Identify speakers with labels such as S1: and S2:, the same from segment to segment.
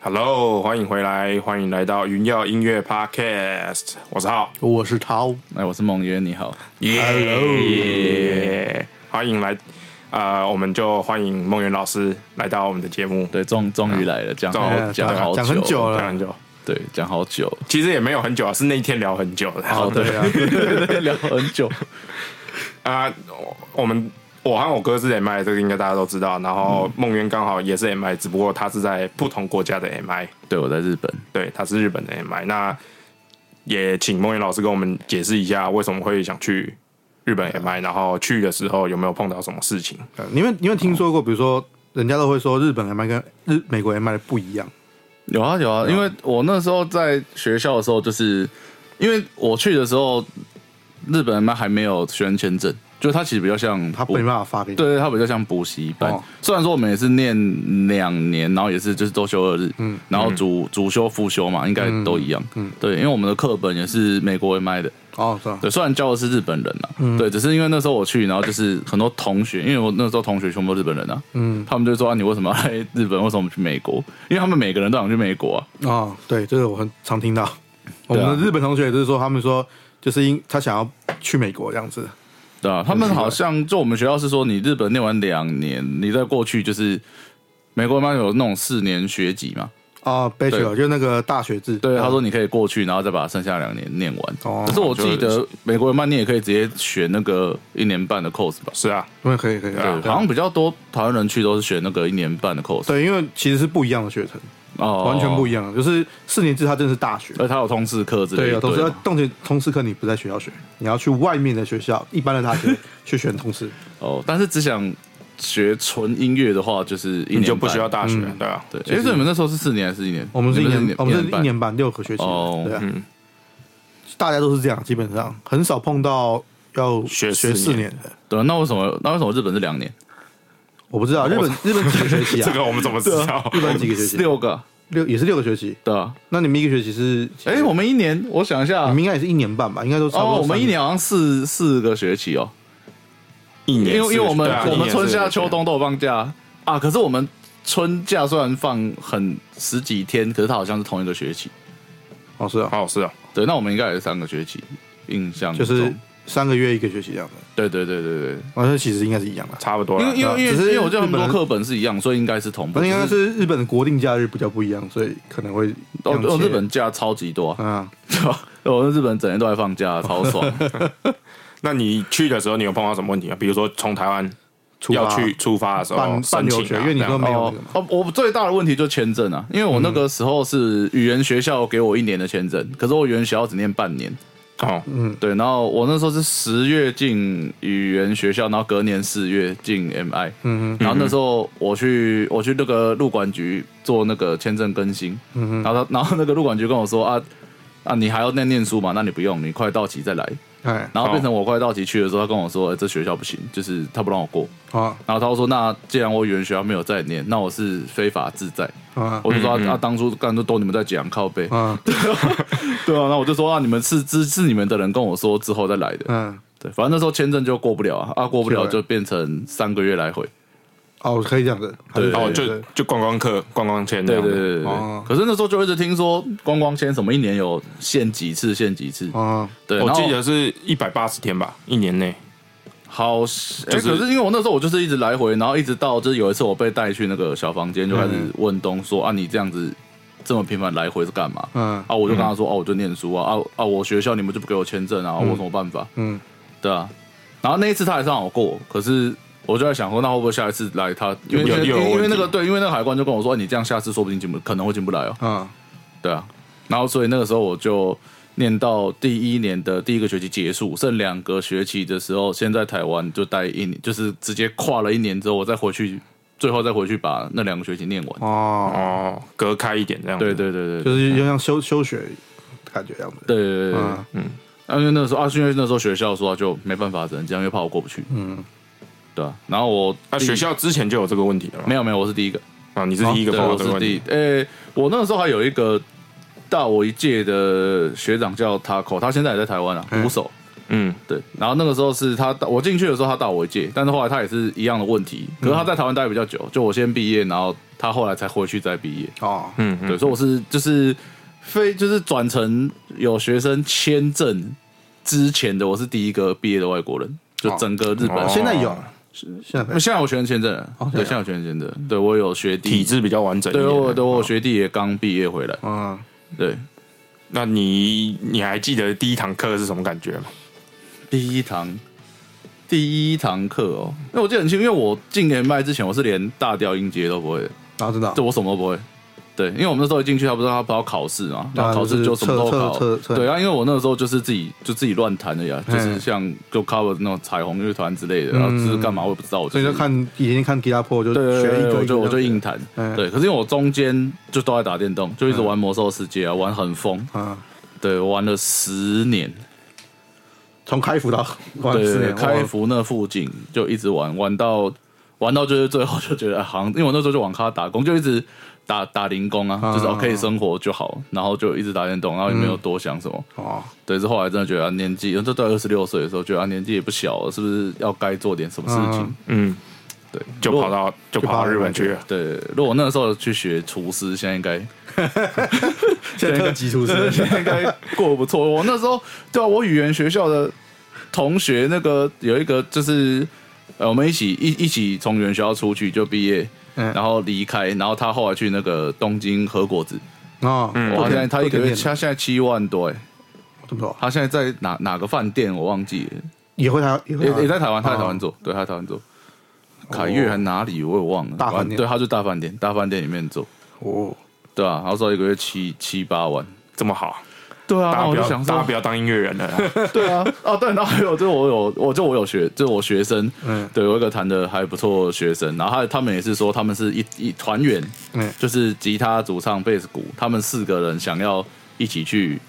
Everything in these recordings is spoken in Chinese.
S1: Hello，欢迎回来，欢迎来到云耀音乐 Podcast，我是浩
S2: 我是涛，
S3: 哎，我是梦渊，你好。
S1: 耶欢迎来，呃，我们就欢迎梦圆老师来到我们的节目，
S3: 对，终终于来了，讲
S1: 终于
S3: 好啊讲好
S2: 讲很久
S1: 讲
S2: 了
S1: 很久，
S3: 对，讲好久。
S1: 其实也没有很久啊，是那一天聊很久的。好
S3: 对啊，聊很久。
S1: 啊、我我们我和我哥是 MI，这个应该大家都知道。然后梦圆刚好也是 MI，只不过他是在不同国家的 MI，
S3: 对，我在日本。
S1: 对，他是日本的 MI。那也请梦圆老师跟我们解释一下，为什么会想去日本 MI，然后去的时候有没有碰到什么事情？
S2: 呃你们你们听说过，比如说人家都会说日本 M I 跟日美国 M I 不一样，
S3: 有啊有啊，因为我那时候在学校的时候，就是因为我去的时候，日本妈还没有学生签证，就它其实比较像
S2: 他
S3: 补
S2: 没办法发给你。，
S3: 对，它比较像补习班。
S2: 哦
S3: 虽然说我们也是念两年，然后也是就是周休二日，嗯，然后主、主修副修嘛，应该都一样，嗯，对，因为我们的课本也是美国人卖的，
S2: 哦，是吧？
S3: 对，虽然教的是日本人啊，
S2: 嗯
S3: 对，只是因为那时候我去，然后就是很多同学，因为我那时候同学全部都日本人啊，嗯，他们就说啊，你为什么要来日本？为什么去美国？因为他们每个人都想去美国啊，
S2: 哦，对，这个我很常听到。我们的日本同学也是说，他们说就是因他想要去美国这样子。
S3: 对啊，他们好像就我们学校是说，你日本念完两年，你再过去就是美国嘛，有那种四年学籍嘛，
S2: 哦 b a c h e l 就那个大学制。
S3: 对，他说你可以过去，然后再把剩下两年念完。
S2: 嗯哦
S3: 可是我记得美国人嘛，你也可以直接选那个一年半的 course 吧。
S1: 是啊，
S2: 嗯，可以可以，
S3: 对，好像比较多台湾人去都是选那个一年半的 course，
S2: 对，因为其实是不一样的学程，
S3: 哦
S2: 完全不
S3: 一
S2: 一样的。就是四年制，它真的是大学。
S3: 而呃他有通识课之类的，
S2: 对，有同时
S3: 对
S2: 通识通识课你不在学校学，你要去外面的学校，一般的大学去选通识。
S3: 哦，但是只想学纯音乐的话，就是一年
S1: 你就
S3: 半
S1: 不需要。大学，对啊，
S3: 对，哎，所以你们那时候是四年还是一年？
S2: 我们是一
S3: 你
S2: 年，我们是
S3: 一
S2: 一
S3: 半
S2: 年半六个学期，
S3: 哦
S2: 对啊
S1: 嗯，
S2: 大家都是这样，基本上很少碰到要
S1: 学
S2: 学
S1: 四
S2: 四
S1: 年
S2: 年的。
S3: 对啊，那为什么那为什么日本是两年？
S2: 我不知道日本日本几哦个学 期啊？
S1: 这个我们怎么知道？
S2: 日本几个学期？
S3: 六个，
S2: 六也是六个学期。
S3: 对啊。
S2: 那你们一个学期是？
S3: 哎，我们一年，我想一下
S2: 你，们应该也是一年半吧？应该都差不多
S3: 哦，
S2: 三。
S3: 我们一年好像四四个学期哦，
S1: 一
S3: 因为
S1: 年
S3: 因
S1: 四
S3: 为我们
S1: 对啊
S3: 我
S1: 一
S3: 们
S1: 年
S3: 春
S1: 四
S3: 夏
S1: 个
S3: 秋冬都有放假啊，可是我们春假虽然放很十几天，可是它好像是同一个学期。
S2: 哦是啊，
S1: 哦，是啊，
S3: 对，那我们应该也是三个学期，印象
S2: 就
S3: 中
S2: 是三个月一个学期这样的，
S3: 对对对对对。
S2: 好像其实应该是一样的。
S1: 差不多
S3: 因
S1: 了
S3: 为。因为因为
S2: 啊只是
S3: 因为我记得很
S2: 日本
S3: 多
S2: 人
S3: 课本是一样，所以应该是同步。
S2: 那应该
S3: 只
S2: 是日本的国定假日比较不一样，所以可能会
S3: 哦
S2: 这
S3: 哦
S2: 样，切
S3: 日本假超级多、啊，
S2: 啊，
S3: 对吧？我日本整天都在放假，超 爽。哦
S1: 那你去的时候，你有碰到什么问题啊？比如说从台湾
S2: 出发
S1: 要去出发的时候
S2: 办，办
S1: 申
S2: 留
S1: 请
S2: 学，
S1: 啊
S2: 因为你
S1: 这样
S2: 说没有那嗯
S3: 哦
S2: 个嘛
S3: 哦，我最大的问题就是签证啊，因为我那个时候是语言学校给我一年的签证，可是我语言学校只念半年。
S1: 哦，
S3: 对，然后我那时候是十月进语言学校，然后隔年四月进 MI。嗯嗯。然后那时候我去我去那个入管局做那个签证更新。嗯嗯。然后他然后那个入管局跟我说啊啊，你还要念念书嘛？那你不用，你快到期再来。
S2: 哎，
S3: 然后变成我快到期去的时候，他跟我说、欸这学校不行，就是他不让我过。
S2: 好
S3: 然后他说，那既然我语言学校没有在念，那我是非法自在。
S2: 啊
S3: 我就说，啊，啊当初干都都你们在讲靠背，
S2: 啊
S3: 对啊，那我就说啊，你们是是是你们的人跟我说之后再来的，
S2: 嗯，
S3: 对，反正那时候签证就过不了啊，啊过不了
S2: 是
S3: 就变成三个月来回，
S2: 哦，可以这样子，
S3: 对
S1: 哦，
S3: 对
S1: 就就观光客、观光签这
S3: 对
S1: 样
S3: 对对
S1: 子。
S3: 对对
S2: 哦
S3: 对。可是那时候就一直听说观光签什么一年有限几次，限几次，
S2: 啊，
S3: 对，
S1: 我
S3: 然后
S1: 记得是一百八十天吧，一年内。
S3: 好，是
S1: 就是
S3: 可是因为我那时候我就是一直来回，然后一直到就是有一次我被带去那个小房间，就开始问东说、啊，你这样子这么频繁来回是干嘛？
S2: 嗯
S3: 啊，我就跟他说、哦，我就念书啊，啊啊，我学校你们就不给我签证啊，我有什么办法？
S2: 嗯，
S3: 对啊，然后那一次他还是让我过，可是我就在想说，那会不会下一次来他，因为
S1: 有
S3: 因
S1: 有
S3: 为因
S1: 问
S3: 为
S1: 题
S3: 那个对，因为那个海关就跟我说，哎你这样下次说不定进不可能会进不来哦，
S2: 啊，
S3: 对啊，然后所以那个时候我就念到第一年的第一个学期结束，剩两个学期的时候，先在台湾就待一年，就是直接跨了一年之后，我再回去，最后再回去把那两个学期念完。
S2: 哦，
S1: 哦，隔开一点这样子。
S3: 对对对对
S2: 就
S3: 对
S2: 是有点像休休学的感觉这样子，
S3: 对对对，
S2: 嗯
S3: 啊因为那个时候啊，因为那时候学校说、啊、就没办法，只能这样，因为怕我过不去。嗯，对啊，然后我
S1: 啊，
S3: 第
S1: 学校之前就有这个问题了吗
S3: 没？有没有，我是第一个。
S1: 啊，你是第一个
S3: 对，
S1: 碰到
S3: 我
S1: 这个
S3: 是
S1: 问
S3: 第
S1: 题。
S3: 呃、我那个时候还有一个大我一届的学长叫 Taco，他现在也在台湾啊，
S2: 嗯
S3: 鼓手。
S1: 嗯，
S3: 对，然后那个时候是他大我进去的时候他大我一届，但是后来他也是一样的问题，可是他在台湾待比较久，就我先毕业，然后他后来才回去再毕业。
S2: 哦，
S1: 嗯，
S3: 对，所以我是就是非就是转成有学生签证之前的，我是第一个毕业的外国人，就整个日本。
S1: 哦
S2: 现在有了，现在没
S3: 那
S2: 有
S3: 现在有学生签证了，
S2: 哦
S3: 对，
S2: 对啊
S3: 现在有学生签证，对我有学
S1: 体
S3: 弟，
S1: 制比哦较完整一
S3: 对
S1: 点。啊
S3: 我对我有学弟也刚毕业回来，
S2: 嗯，
S3: 对，
S1: 那你你还记得第一堂课是什么感觉吗？
S3: 第一堂第一堂课哦，因为我记得很清楚，因为我进 M I 之前，我是连大调音阶都不会的，
S2: 然哦后知道
S3: 这，我什么都不会。对，因为我们那时候一进去，他不是他不要考试嘛，然后考试就什么都考
S2: 啊测测测。测
S3: 对啊，因为我那个时候就是自己就自己乱弹的呀，
S2: 嗯
S3: 就是像就 cover 那种彩虹乐团之类的，然后就是干嘛我也不知道，我
S2: 所以就看以前看吉他破就
S3: 对对
S2: 学
S3: 对
S2: 一
S3: 对，
S2: 个，
S3: 我就我就硬
S2: 硬，
S3: 弹。
S2: 嗯
S3: 对，可是因为我中间就都在打电动，就一直玩魔兽世界啊，玩很疯。
S2: 嗯，
S3: 对，我玩了十年，
S2: 从开服到玩
S3: 对
S2: 四
S3: 对对，
S2: 年，
S3: 开服那附近就一直玩，玩到玩到就是最后就觉得啊好像，因为我那时候就网咖打工，就一直打打零工啊，
S2: 啊
S3: 就是哦可以生活就好，然后就一直打电动，然后也没有多想什么。
S2: 哦，
S3: 对，是后来真的觉得、啊、年纪，这到二十六岁的时候，觉得、啊、年纪也不小了，是不是要该做点什么事情？
S2: 嗯
S1: 嗯，
S3: 对，
S1: 就
S3: 如果
S1: 跑到就跑到日本去了。
S3: 对，如果我那个时候去学厨师，现在应该
S2: 现在特级厨师，
S3: 现在应该过得不错。我那时候对啊，我语言学校的同学那个有一个就是呃，我们一起一一起从原学校出去就毕业，
S2: 嗯
S3: 然后离开，然后他后来去那个东京和果子，
S2: 哦，
S1: 嗯
S3: 哇，现在他一个月
S2: 都
S3: 他现在七万多哎，
S2: 这么多，
S3: 他现在在哪哪个饭店我忘记了，
S2: 也会台也会
S3: 也也在台湾，他在
S2: 哦
S3: 台湾做，对，他在台湾做。凯悦还哪里我也忘了，
S2: 大饭店
S3: 反正对，他就大饭店，大饭店里面做，
S2: 哦，
S3: 对啊，然后说一个月七七八万，
S1: 这么好，
S3: 对啊，
S1: 大
S3: 然
S1: 家
S3: 后
S1: 不
S3: 我就
S1: 要
S3: 想
S1: 大家
S3: 说
S1: 不，要当音乐人了啦。
S3: 对啊，哦对，然后还有就我有我就我有学，就我学生，
S2: 嗯
S3: 对，有一个弹的还不错的学生，然后他他们也是说他们是一一团员，
S2: 嗯
S3: 就是吉他、主唱、贝斯、鼓，他们四个人想要一起去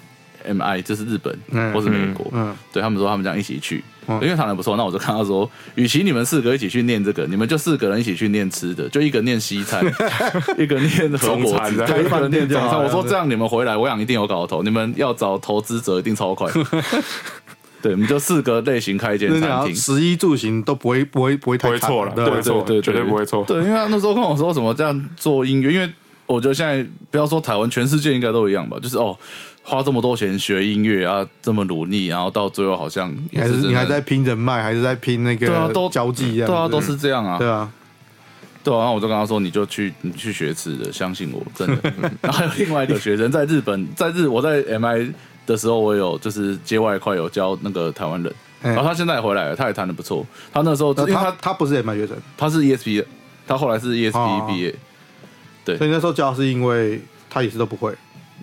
S3: M I，这是日本、
S2: 嗯
S3: 或是美国，
S2: 嗯
S3: 对他们说他们这样一起去，
S2: 嗯
S3: 因为弹的不错，那我就看到说，与其你们四个一起去念这个，你们就四个人一起去念吃的，就一个念 西餐，一个念和
S1: 中
S3: 果
S1: 餐
S3: 子，
S1: 这样
S3: 对，一 个念中
S2: 饭店就好
S3: 餐。
S2: 了
S3: 我说这样你们回来，我想一定有搞头，你们要找投资者一定 超快。对，我们就四个类型开一间
S2: 就是
S3: 餐
S2: 讲
S3: 厅，
S2: 食衣住行都不会不会不会
S1: 不
S2: 太
S1: 会
S2: 惨
S1: 错了，
S2: 对
S1: 不会错，
S3: 对对对
S1: 绝对不会错。
S3: 对，因为他那时候跟我说什么这样做音乐，因为我觉得现在不要说台湾，全世界应该都一样吧，就是哦，花这么多钱学音乐啊，这么努力，然后到最后好像
S2: 你还是
S3: 真的
S2: 你还在拼人脉，还是在拼那
S3: 对啊
S2: 个
S3: 都
S2: 交际一样，
S3: 对啊，都是这样啊，
S2: 对啊，
S3: 对啊，然后我就跟他说，你就去你去学吃的，相信我，真的。 然后还有另外一个学生在日本， 在日我在 MI 的时候，我有就是接外快有教那个台湾人，
S2: 嗯
S3: 然后他现在也回来了，他也弹的不错。他那时候
S2: 那
S3: 因为
S2: 他
S3: 他
S2: 他不是也蛮学生，
S3: 他是 ESP，的他后来是
S2: 哦
S3: ESP 毕业，
S2: 所以那时候教是因为他也是都不会，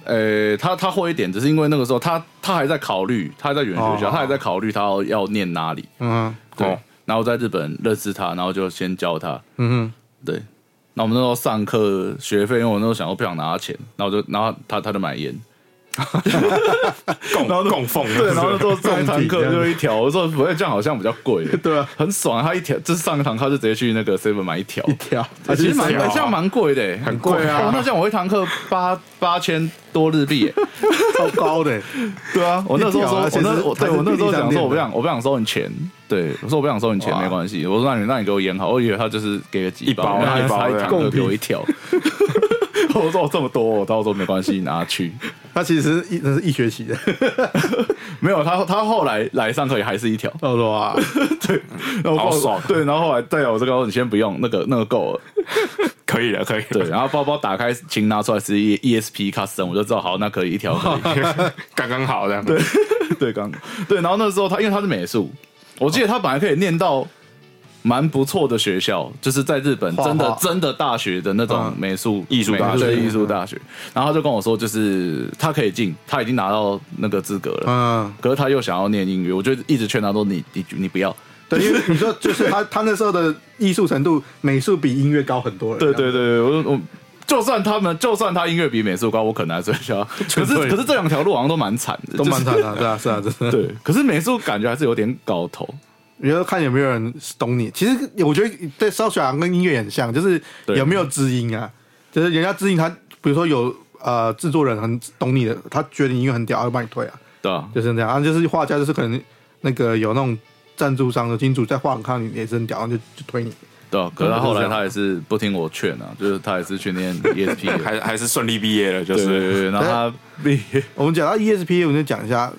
S3: 呃，他他会一点，只是因为那个时候他他还在考虑，他还在原学校，
S2: 哦
S3: 他还在考虑他要要念哪里。
S2: 嗯
S3: 对
S1: 哦，
S3: 然后在日本认识他，然后就先教他，
S2: 哼嗯
S3: 对，那我们那时候上课学费，因为我那时候想说不想拿他钱，然后我就然后他他就买烟，
S1: 供供奉啊
S3: 对，然后那时 候上一堂
S2: 这
S3: 课
S2: 样
S3: 就一条，我说不会这样好像比较贵，
S2: 哼，对啊，
S3: 很爽啊，他一条就是上一堂课就直接去那个 seven 买一条，
S2: 条
S3: 欸其实蛮
S1: 一条啊
S3: 这样蛮贵的，很
S2: 贵啊
S3: 那这样我一堂课八八千多日币耶，欸
S2: 超高的，
S3: 对啊， 我那时
S2: 一
S3: 候说，
S2: 条啊
S3: 我
S2: 其实
S3: 那我
S2: 还
S3: 对
S2: 是
S3: 我那时
S2: 便
S3: 候
S2: 利商
S3: 想
S2: 店
S3: 说
S2: 的
S3: 我不想我不想收你钱，对，我说我不想收你钱
S2: 哇
S3: 没关系，我说让你让你给我烟好，我以为他就是给个几
S1: 一包
S3: 然后
S1: 一包
S3: 他一
S1: 对
S3: 堂
S1: 贡
S3: 课
S1: 品
S3: 给我一条。 我说我哦这么多，我到时候没关系，你拿去。
S2: 他其实是一那是一学期的，
S3: 没有他，他后来来上课也还是一条。
S2: 我说啊，
S3: 然后
S1: 好
S3: 我
S1: 爽
S3: 对，然后后来对啊，我就告诉你先不用，那个那个够了。
S1: 可以了，可以
S3: 对，
S1: 了，
S3: 然后包包打开，琴拿出来是 E E S P custom，我就知道好，那可以一条可以。
S1: 刚刚好这样。对，
S3: 对， 刚对，然后那时候他因为他是美术，我记得他本来可以念到蛮不错的学校，就是在日本
S2: 画画
S3: 真的真的大学的那种
S2: 嗯
S3: 美术
S1: 艺术大学
S3: 美对艺术大学。然后他就跟我说，就是他可以进，他已经拿到那个资格了，
S2: 嗯，
S3: 可是他又想要念音乐，我就一直劝他说你你你不要。
S2: 对，因为你说就是他他那时候的艺术程度，美术比音乐高很多了，
S3: 对对对对，我我。就算他们，就算他音乐比美术高，我可能还是会想要。可是，
S2: 对
S3: 可是这两条路好像都蛮惨的，
S2: 都蛮惨
S3: 就
S2: 的，对啊，是啊，真的。
S3: 是。对，可是美术感觉还是有点搞头。
S2: 你要看有没有人懂你。其实我觉得对烧雪跟音乐很像，就是
S3: 对
S2: 有没有知音啊？就是人家知音他，比如说有呃制作人很懂你的，他觉得你音乐很屌，他就帮你推啊，
S3: 对啊，
S2: 就是这样。啊，就是画家就是可能那个有那种赞助商的金主在画，看到你也是很屌，然后就就推你，
S3: 对啊，可是他后来他也是不听我劝啊， 就是他也是去念 ESP，的
S1: 还还是顺利毕业了，就
S3: 对对
S1: 是
S3: 对对，然后
S2: 哎
S3: 他毕业，
S2: 我们讲啊到 ESP，我们就讲一下，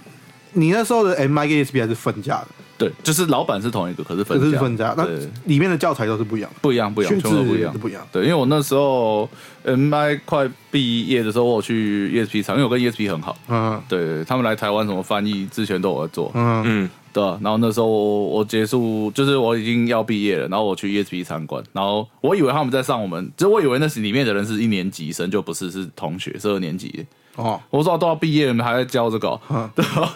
S2: 你那时候的 MI 跟 ESP 还是分家的，
S3: 对，就是老板是同一个，可是分
S2: 可
S3: 家，
S2: 是分家，那
S3: 对
S2: 里面的教材都是不一样的，
S3: 不一样，不一样，
S2: 性
S3: 全部都
S2: 质
S3: 不一
S2: 也
S3: 样
S2: 是，不一样
S3: 对，因为我那时候 MI 快毕业的时候，我有去 E ESP 厂，因为我跟 ESP 很好，
S2: 嗯
S3: 对对，对他们来台湾什么翻译之前都有在做，
S2: 嗯
S1: 嗯，
S3: 对啊、然后那时候我我结束，就是我已经要毕业了，然后我去 ESP 参观，然后我以为他们在上我们，就我以为那是里面的人是一年级生，就不是是同学，是二年级。
S2: 哦，
S3: 我说都要毕业了，你们还在教这个哦、
S2: 嗯
S3: 对啊，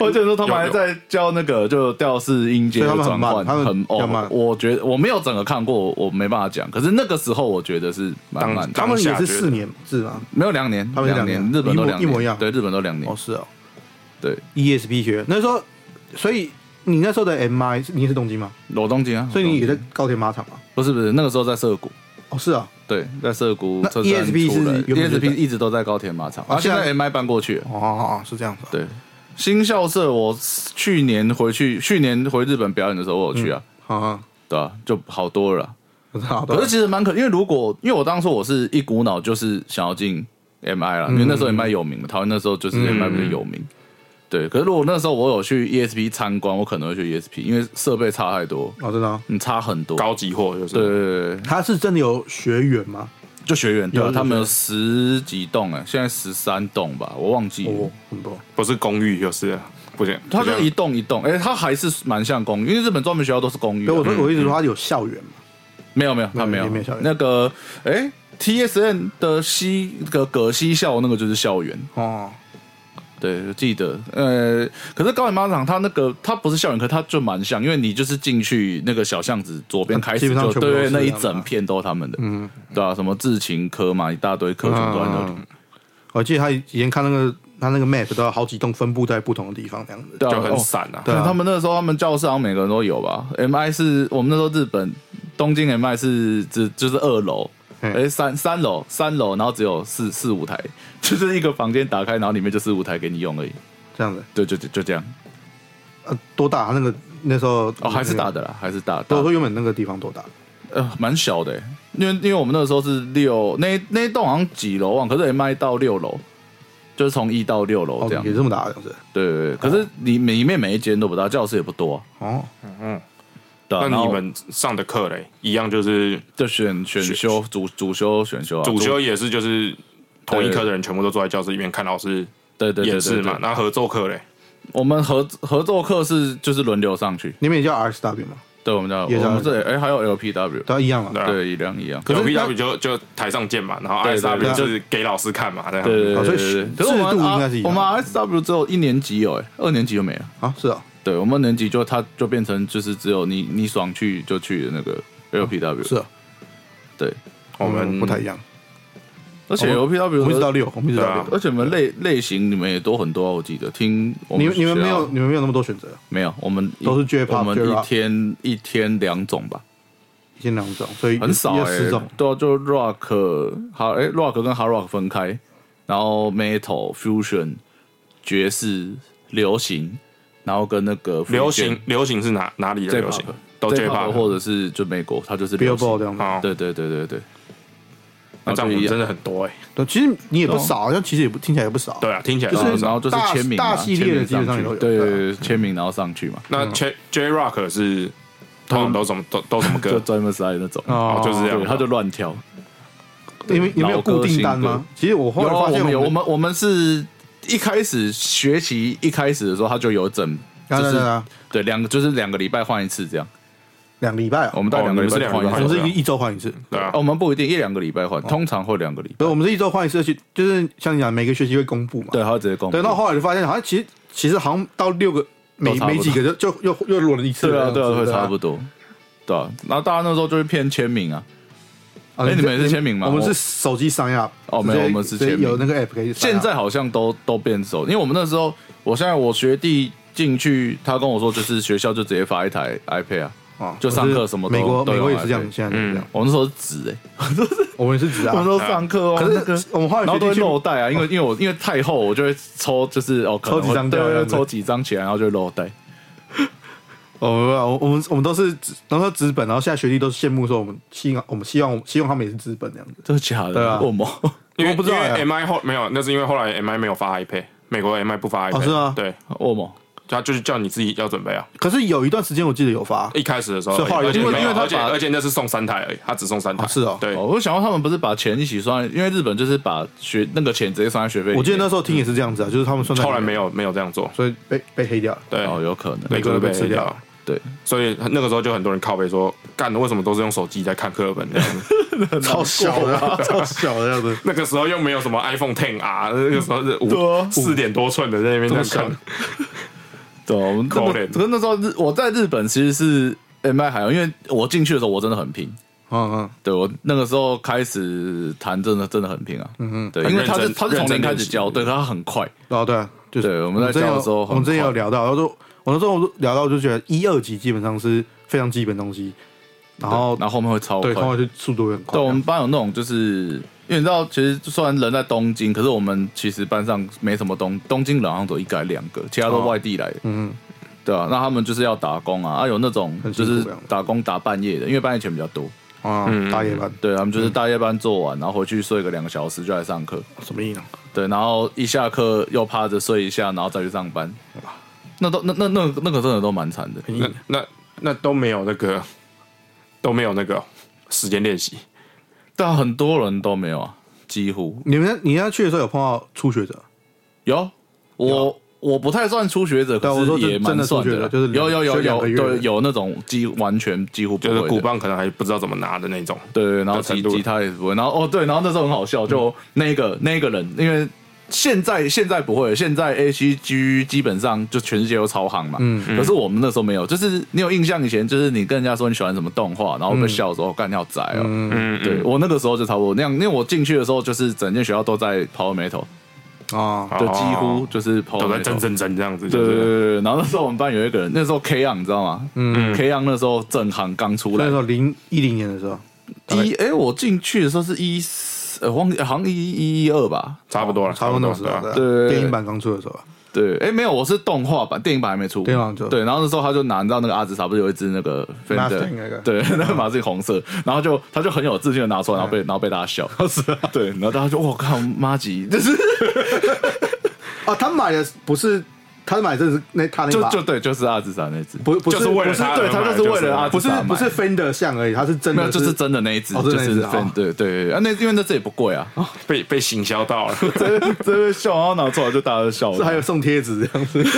S3: 我觉得说他们还在教那个就调式音阶的转
S2: 所以
S3: 换，
S2: 他们很慢他们比较慢
S3: 哦。我觉得我没有整个看过，我我没办法讲。可是那个时候我觉得是蛮慢的，
S2: 他们也
S1: 当下
S2: 是
S1: 觉得
S2: 四年制吗？
S3: 没有两年，
S2: 他们是
S3: 两
S2: 两
S3: 年，
S2: 年
S3: 日本都
S2: 一模
S3: 两年
S2: 一模一样
S3: 对，日本都两年
S2: 哦，。是哦
S3: 对，
S2: ，ESP 学院那时候，所以你那时候的 MI 是你也是东京吗？
S3: 罗东京啊，
S2: 所以你也
S3: 罗东
S2: 在高铁马场吗？
S3: 京不是不是那个时候在涩谷。
S2: 哦，是啊，
S3: 对，在涩谷
S2: 那
S3: 车站
S2: ESP
S3: 出来
S2: 是原本就在
S3: ESP 一直都在高铁马场，
S2: 啊
S3: 啊，现在
S2: 现
S3: MI 搬过去了。
S2: 哦哦哦，是这样子啊，
S3: 对，新校舍我去年回去，去年回日本表演的时候我有去啊，
S2: 好啊，
S3: 对啊，就好多了啊。
S2: 我知道，
S3: 可是其实蛮可，因为如果因为我当初我是一股脑就是想要进 MI 啦，因为那时
S2: 嗯
S3: 候 MI 有名嘛，台湾那时候就是 MI 比较有名。对，可是如果那时候我有去 ESP 参观，我可能会去 ESP，因为设备差太多，
S2: 哦，真的哦，
S3: 嗯，差很多。
S1: 高级货就是
S3: 对对对对，
S2: 他是真的有学员吗？
S3: 就学员，对、
S2: 有
S3: 啊
S2: 有，
S3: 他们有
S2: 学
S3: 十几栋哎、现在十三栋吧，我忘记了。
S2: 哦，很多，
S1: 不是公寓就是不行，
S3: 它
S1: 不
S3: 就
S1: 像
S3: 一栋一栋，哎、它还是蛮像公寓，因为日本专门学校都是公寓、
S2: 所以我
S3: 啊。
S2: 说我一直说他有校园嘛，
S3: 没有没有，它没有
S2: 也没有校园
S3: 那个哎、t s n 的西那个葛西校那个就是校园，
S2: 哦，
S3: 对，我记得。呃，可是高远马场它那个它不是校园，可它就蛮像，因为你就是进去那个小巷子左边开
S2: 啊基
S3: 始
S2: 本上
S3: 就
S2: 全部都
S3: 对
S2: 是
S3: 那一
S2: 这样啊
S3: 整
S2: 嘛
S3: 片都是他们的，嗯，对啊，什么制琴科嘛，一大堆科全都在那里。
S2: 嗯我记得他以前看那个他那个 map 都有好几栋分布在不同的地方这样子。
S3: 对啊
S1: 就很
S3: 哦
S1: 散啊。
S2: 对啊
S3: 他们那时候他们教室好像每个人都有吧？MI 是我们那时候日本东京 MI 是只就是二楼，
S2: 嗯
S3: 哎三三楼三楼，然后只有四四五台， 就是一个房间打开，然后里面就四五台给你用而已，
S2: 这样子，
S3: 对，就就就这样。
S2: 呃，多大？他那个那时候
S3: 哦，还是大
S2: 打，
S3: 的啦，还是大
S2: 我
S3: 的，
S2: 说原本那个地方多大？
S3: 呃，蛮小的欸，因为因为我们那时候是六那那一栋好像几楼忘了，可是 MI 到六楼。就是从一到六楼
S2: 哦
S3: 这，样，
S2: 也这么大，这样子。
S3: 对对对。可是里里面每一间都不大，教室也不多、
S2: 哦，
S3: 对啊、
S1: 那
S3: 然后
S1: 你们上的课嘞，一样就是
S3: 就选选修主主修选修啊，
S1: 主修也是就是同一科的人全部都坐在教室里面看老师
S3: 对对对
S1: 演
S3: 对
S1: 示
S3: 对
S1: 嘛。那合奏课嘞，
S3: 我们合合作课是就是轮流上去，
S2: 你们也叫 RSW 吗？
S3: 对，我们叫
S2: 也是啊
S3: 我们这哎还有 LPW，
S2: 都一样嘛。
S1: 对啊
S3: 对，一样一样。
S2: 是
S1: P
S2: 那
S1: W 就就台上见嘛，然后
S3: 对
S1: S
S3: 对
S1: W
S3: 对
S1: 就是给老师看嘛，这样。
S3: 对对
S2: 哦所
S3: 对
S2: 以
S3: 对对，
S2: 制
S3: 可是我
S2: 制
S3: 们
S2: 度
S3: 啊
S2: 应该是一
S3: 我
S2: 样
S3: 们 SW 只有一年级有哎，二年级就没了。
S2: 啊，是啊，
S3: 对我们年级就它就变成就是只有你你爽去就去的那个 LPW，
S2: 是啊，
S3: 对，
S1: 我们
S2: 嗯不太一样。
S3: 而且
S2: 哦我们一直
S3: LPW
S2: 到
S3: 的
S2: 六，我们一直到
S1: 对
S2: 六
S1: 啊。
S3: 而且你们类类型你们也都很多啊，我记得听我
S2: 你
S3: 们
S2: 们你们
S3: 学校
S2: 没有你们没有那么多选择，
S3: 没有，我们一
S2: 都是 J-pop，
S3: 我们
S2: J-rock
S3: 一天一天两种吧。
S2: 一天两种，所以
S3: 很少
S2: 要
S3: 哎、
S2: 四种。
S3: 对啊，就 rock 好哎、rock 跟 hard rock 分开，然后 metal fusion 爵士流行，然后跟那个
S1: 流行流行是哪哪里的
S3: J-pop
S1: 流行？都
S3: j
S1: J
S3: p o
S1: 好
S3: 或者是就美国，它就是
S2: Billboard
S3: 流行
S2: 这样子，
S1: 哦，
S3: 对对对对对，
S1: 那这样我
S3: 就一
S1: 们
S3: 样
S1: 真的很多哎。
S2: 对，其实你也
S3: 啊
S2: 不少，好像其实也不听起来也不少。
S1: 对啊，听起来
S2: 就是
S1: 很
S3: 然
S1: 少
S3: 后就是
S2: 大
S3: 签名嘛啊
S2: 大系列的基本上也都有
S3: 签名上去对
S2: 对啊
S3: 对对，签名然后上去嘛，
S1: 那 J J Rock 是通常都什么都都什么
S3: 嗯就
S1: 歌？
S3: 专门塞那种，
S1: 啊哦，就是这
S3: 对，
S1: 样。
S3: 他就乱跳。
S2: 你们你们有
S3: 老歌
S2: 固定单
S3: 新歌
S2: 吗？其实我后
S3: 有
S2: 来
S3: 啊
S2: 发
S3: 我
S2: 现
S3: 们有，我
S2: 我们
S3: 们我们是一开始学期一开始的时候，他就有整，
S2: 啊对
S3: 就
S2: 对
S3: 是
S2: 对
S3: 对两个就是两个礼拜换一次这样。
S2: 两个礼拜啊，
S3: 我们到
S1: 哦
S3: 两个礼拜
S1: 你们是
S3: 就换一
S1: 两
S2: 我
S1: 个
S3: 次
S1: 礼
S2: 们
S1: 拜
S2: 是一一周换一次，
S1: 对啊
S3: 哦，，我们不一定一两个礼拜换，
S2: 哦
S3: 通常会两个礼拜
S2: 对，。我们是一周换一次，而且就是像你讲，每个学期会公布嘛。
S3: 对，他会直接公布
S2: 对，。到后来就发现，好像其实其实好像到六个每
S3: 都差不多
S2: 每几个就就又又轮了一次
S3: 对啊，
S2: 了，
S3: 对啊，会
S2: 这样子
S3: 差不多。对啊，然后大家那时候就是骗签名啊。
S2: 啊
S3: 哎你们也是签名吗
S2: 我们
S3: 我
S2: 是手机上亚
S3: 哦没有我们是签名
S2: 有那个 app 可
S1: 啊
S2: 以。啊
S3: 现在好像都都变熟，因为我们那时候，我现在我学弟进去，他跟我说，就是学校就直接发一台 iPad 啊。
S2: 啊
S3: 就上课什么都
S2: 美国
S3: 都
S2: 美
S3: 有
S2: 国也是这样
S3: iPad，
S2: 现在就是这样，
S3: 我们那时候是纸哎，
S2: 我们是纸
S3: 我
S2: 啊，
S3: 们那时候上课哦，那
S2: 可
S3: 个
S2: 是我们后来
S3: 然后
S2: 学
S3: 都
S2: 弟
S3: 会
S2: 去
S3: 漏带啊，因为因为我因为太厚，我就会抽，就是哦，可能
S2: 抽几张
S3: 对
S2: 掉这
S3: 对，
S2: 样
S3: 对
S2: 子
S3: 抽几张起来，然后就会漏带。
S2: 哦，没有，我我们我们都是只，然后资本，然后现在学弟都羡慕说我们希望我们希望希望他们也是资本这样子。
S3: 真的假的？
S2: 对啊
S3: 为什么？
S1: 因为
S2: 不知道
S1: 因为
S2: 欸
S1: MI 后没有，那是因为后来 MI 没有发 iPad，美国 MI 不发 iPad，、
S2: 哦是吗
S1: 对，
S3: 为什么？
S1: 他就是叫你自己要准备啊。
S2: 可是有一段时间我记得有发，
S1: 一开始的时候
S2: 是
S1: 而已，
S2: 后来
S1: 而且
S2: 因为
S1: 没有
S2: 因为他
S1: 而且
S2: 把
S1: 而且那是送三台而已，他只送三台，
S2: 哦是哦
S1: 对
S3: 哦，，我想到他们不是把钱一起算，因为日本就是把学那个钱直接算在学费里面。
S2: 我记得那时候听也是这样子啊，就是他们算在
S1: 后来没，有没有这样做，
S2: 所以被被黑掉了。
S1: 对，
S3: 哦，有可能。
S1: 美
S2: 美
S1: 国
S2: 国
S1: 都
S2: 都
S1: 被
S2: 被
S1: 吃
S2: 吃
S1: 掉
S2: 掉
S1: 了
S2: 了。
S3: 对，
S1: 所以那个时候就很多人靠背说，干为什么都是用手机在看课本这样子？
S2: 超小的啊， 超小的样子。
S1: 那个时候又没有什么 iPhone Ten R，那个时候是
S3: 对
S1: 五
S3: 啊
S1: 四点多寸的在那边在看
S2: 这么，
S3: 对，啊我们
S1: 扣
S3: 可
S1: 脸
S3: 是那时候日我在日本其实是 MI 还好，因为我进去的时候我真的很拼。
S2: 嗯嗯，
S3: 对我那个时候开始弹，真的真的很拼啊。嗯嗯，对，
S1: 很
S3: 因为他
S1: 认
S3: 是
S1: 真
S3: 他是从
S1: 认真
S3: 零开
S1: 练
S3: 始
S1: 习
S3: 教，对他很快。
S2: 哦对啊，就是
S3: 对我们在
S2: 真
S3: 教的
S2: 有
S3: 时候很
S2: 我们之前
S3: 快
S2: 有聊到，然后说我那时候聊到就觉得一二级基本上是非常基本东西，然后
S3: 然后后面会超快
S2: 对，。通常就速度会很快啊
S3: 对，。我们班有那种就是。因为你知道，其实虽然人在东京，可是我们其实班上没什么东东京人，好像只有一个还两个，其他都
S2: 哦
S3: 外地来的。
S2: 嗯，
S3: 对啊，那他们就是要打工啊，啊有那种
S2: 很
S3: 就
S2: 辛苦
S3: 是
S2: 这样
S3: 打工打半夜的，因为半夜钱比较多。
S2: 啊，
S3: 嗯
S2: 大夜班
S3: 对，他们就是大夜班做完，然后回去睡个两个小时就来上课。
S2: 什么意呢？
S3: 对，然后一下课又趴着睡一下，然后再去上班。那都那那那那个真的都蛮惨的。
S1: 那那那都没有那个都没有那个时间练习，
S3: 但很多人都没有啊，几乎
S2: 你们你要去的时候有碰到初学者？
S3: 有我。我不太算初学者，
S2: 对啊
S3: 可
S2: 我说
S3: 是
S2: 真
S3: 也蛮
S2: 真的初
S3: 算
S2: 学者
S3: 啦
S2: 就是
S3: 有有有
S2: 学两
S3: 有
S2: 个月
S3: 对
S2: 的
S3: 有那种几完全几乎不
S1: 就
S3: 会
S1: 是
S3: 的
S1: 鼓棒可能还不知道怎么拿的那种，
S3: 对，然后
S1: 的程
S3: 吉
S1: 度
S3: 吉他也不会，然后哦对，然后那时候很好笑，就那个那个人，因为现在现在不会，现在 A C G 基本上就全世界都超行嘛，嗯，可是我们那时候没有，就是你有印象以前就是你跟人家说你喜欢什么动画，然后被笑说哦干你好宅哦，
S1: 嗯，
S3: 对我那个时候就差不多那样，因为我进去的时候就是整间学校都在 Power Metal，
S2: 啊，
S1: 哦
S3: 就几乎就是
S1: 都
S3: Power
S1: 在真
S3: Metal。
S1: 真真这样子，
S3: 对
S1: 就
S3: 哦对对
S1: 是
S3: 对，然后那时候我们班有一个人，那时候 K Young 你知道吗？嗯，K Young 那时候正行刚出
S2: 那
S3: 来
S2: 时，候零一零年的时候，大概
S3: 一哎、我进去的时候是一四，呃，忘记好像一一一二吧？
S1: 差不多了，
S2: 差不
S1: 不
S2: 多那
S1: 多
S2: 个时候，
S1: 对啊
S2: 啊
S3: 对
S2: 电影版刚出的时候吧，
S3: 对，哎、没有，我是动画版，电影版还没出。
S2: 电影版就
S3: 对，然后那时候他就拿到那个阿紫莎，不是有一只那个 Fender，
S2: Mustang 那个
S3: 对， 那个马自己红色，然后就他就很有自信的拿出来，然后
S2: 嗯
S3: 被然后被大 家笑，对，然后大家就我靠，妈吉， 就是
S2: 啊，他买的不是，他买的真的是那他那
S3: 就
S2: 把，
S3: 就对，就是阿紫莎那只，
S2: 不不
S1: 就是为了
S2: 不是
S1: 他
S3: 对，他就是为了阿
S2: 不是
S3: 紫莎买
S2: 不是 Fender 像而已，他是真
S3: 没有，
S2: 的
S3: 就是真的那一只，
S2: 哦
S3: 就
S2: 真的那一只
S3: 是
S2: 哦
S3: Fender，对对啊，那因为那只也不贵啊，
S1: 被被行销到了，
S3: 真真的笑，然后拿出来就大家都笑了
S2: 是还有送贴纸这样子，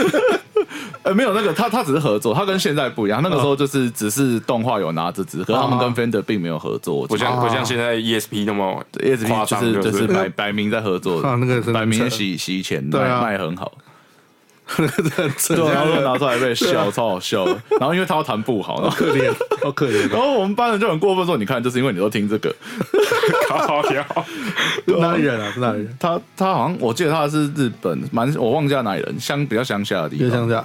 S3: 呃，没有那个，他他只是合作，他跟现在不一样。那个时候
S1: 嗯
S3: 就是只是动画有拿这支，可是他们跟 Fender 并没有合作。
S1: 不像不像
S2: 哦
S1: 现在 ESP 那么
S3: 叶子
S1: 夸
S3: E 就
S1: 张，
S3: 是
S1: 就
S3: 就是摆摆明在合 作
S2: 啊，那个真的
S3: 摆明
S2: 扯
S3: 洗洗钱，
S2: 对
S3: 卖
S2: 啊
S3: 卖很好。
S2: 那个真的很
S3: 对，然后就
S2: 扯
S3: 拿出来被
S2: 啊
S3: 笑，超好笑的。然后因为他要弹不好，然 后
S2: 可怜，好可怜哦，
S3: 然后我们班人就很过分说：“你看，就是因为你都听这个。
S1: 靠腰，
S2: 哪里人啊？是哪里人？
S3: 他”他好像我记得他是日本，蛮我忘记他哪里人，乡比较乡下的地
S2: 就
S3: 方
S2: 像。这样，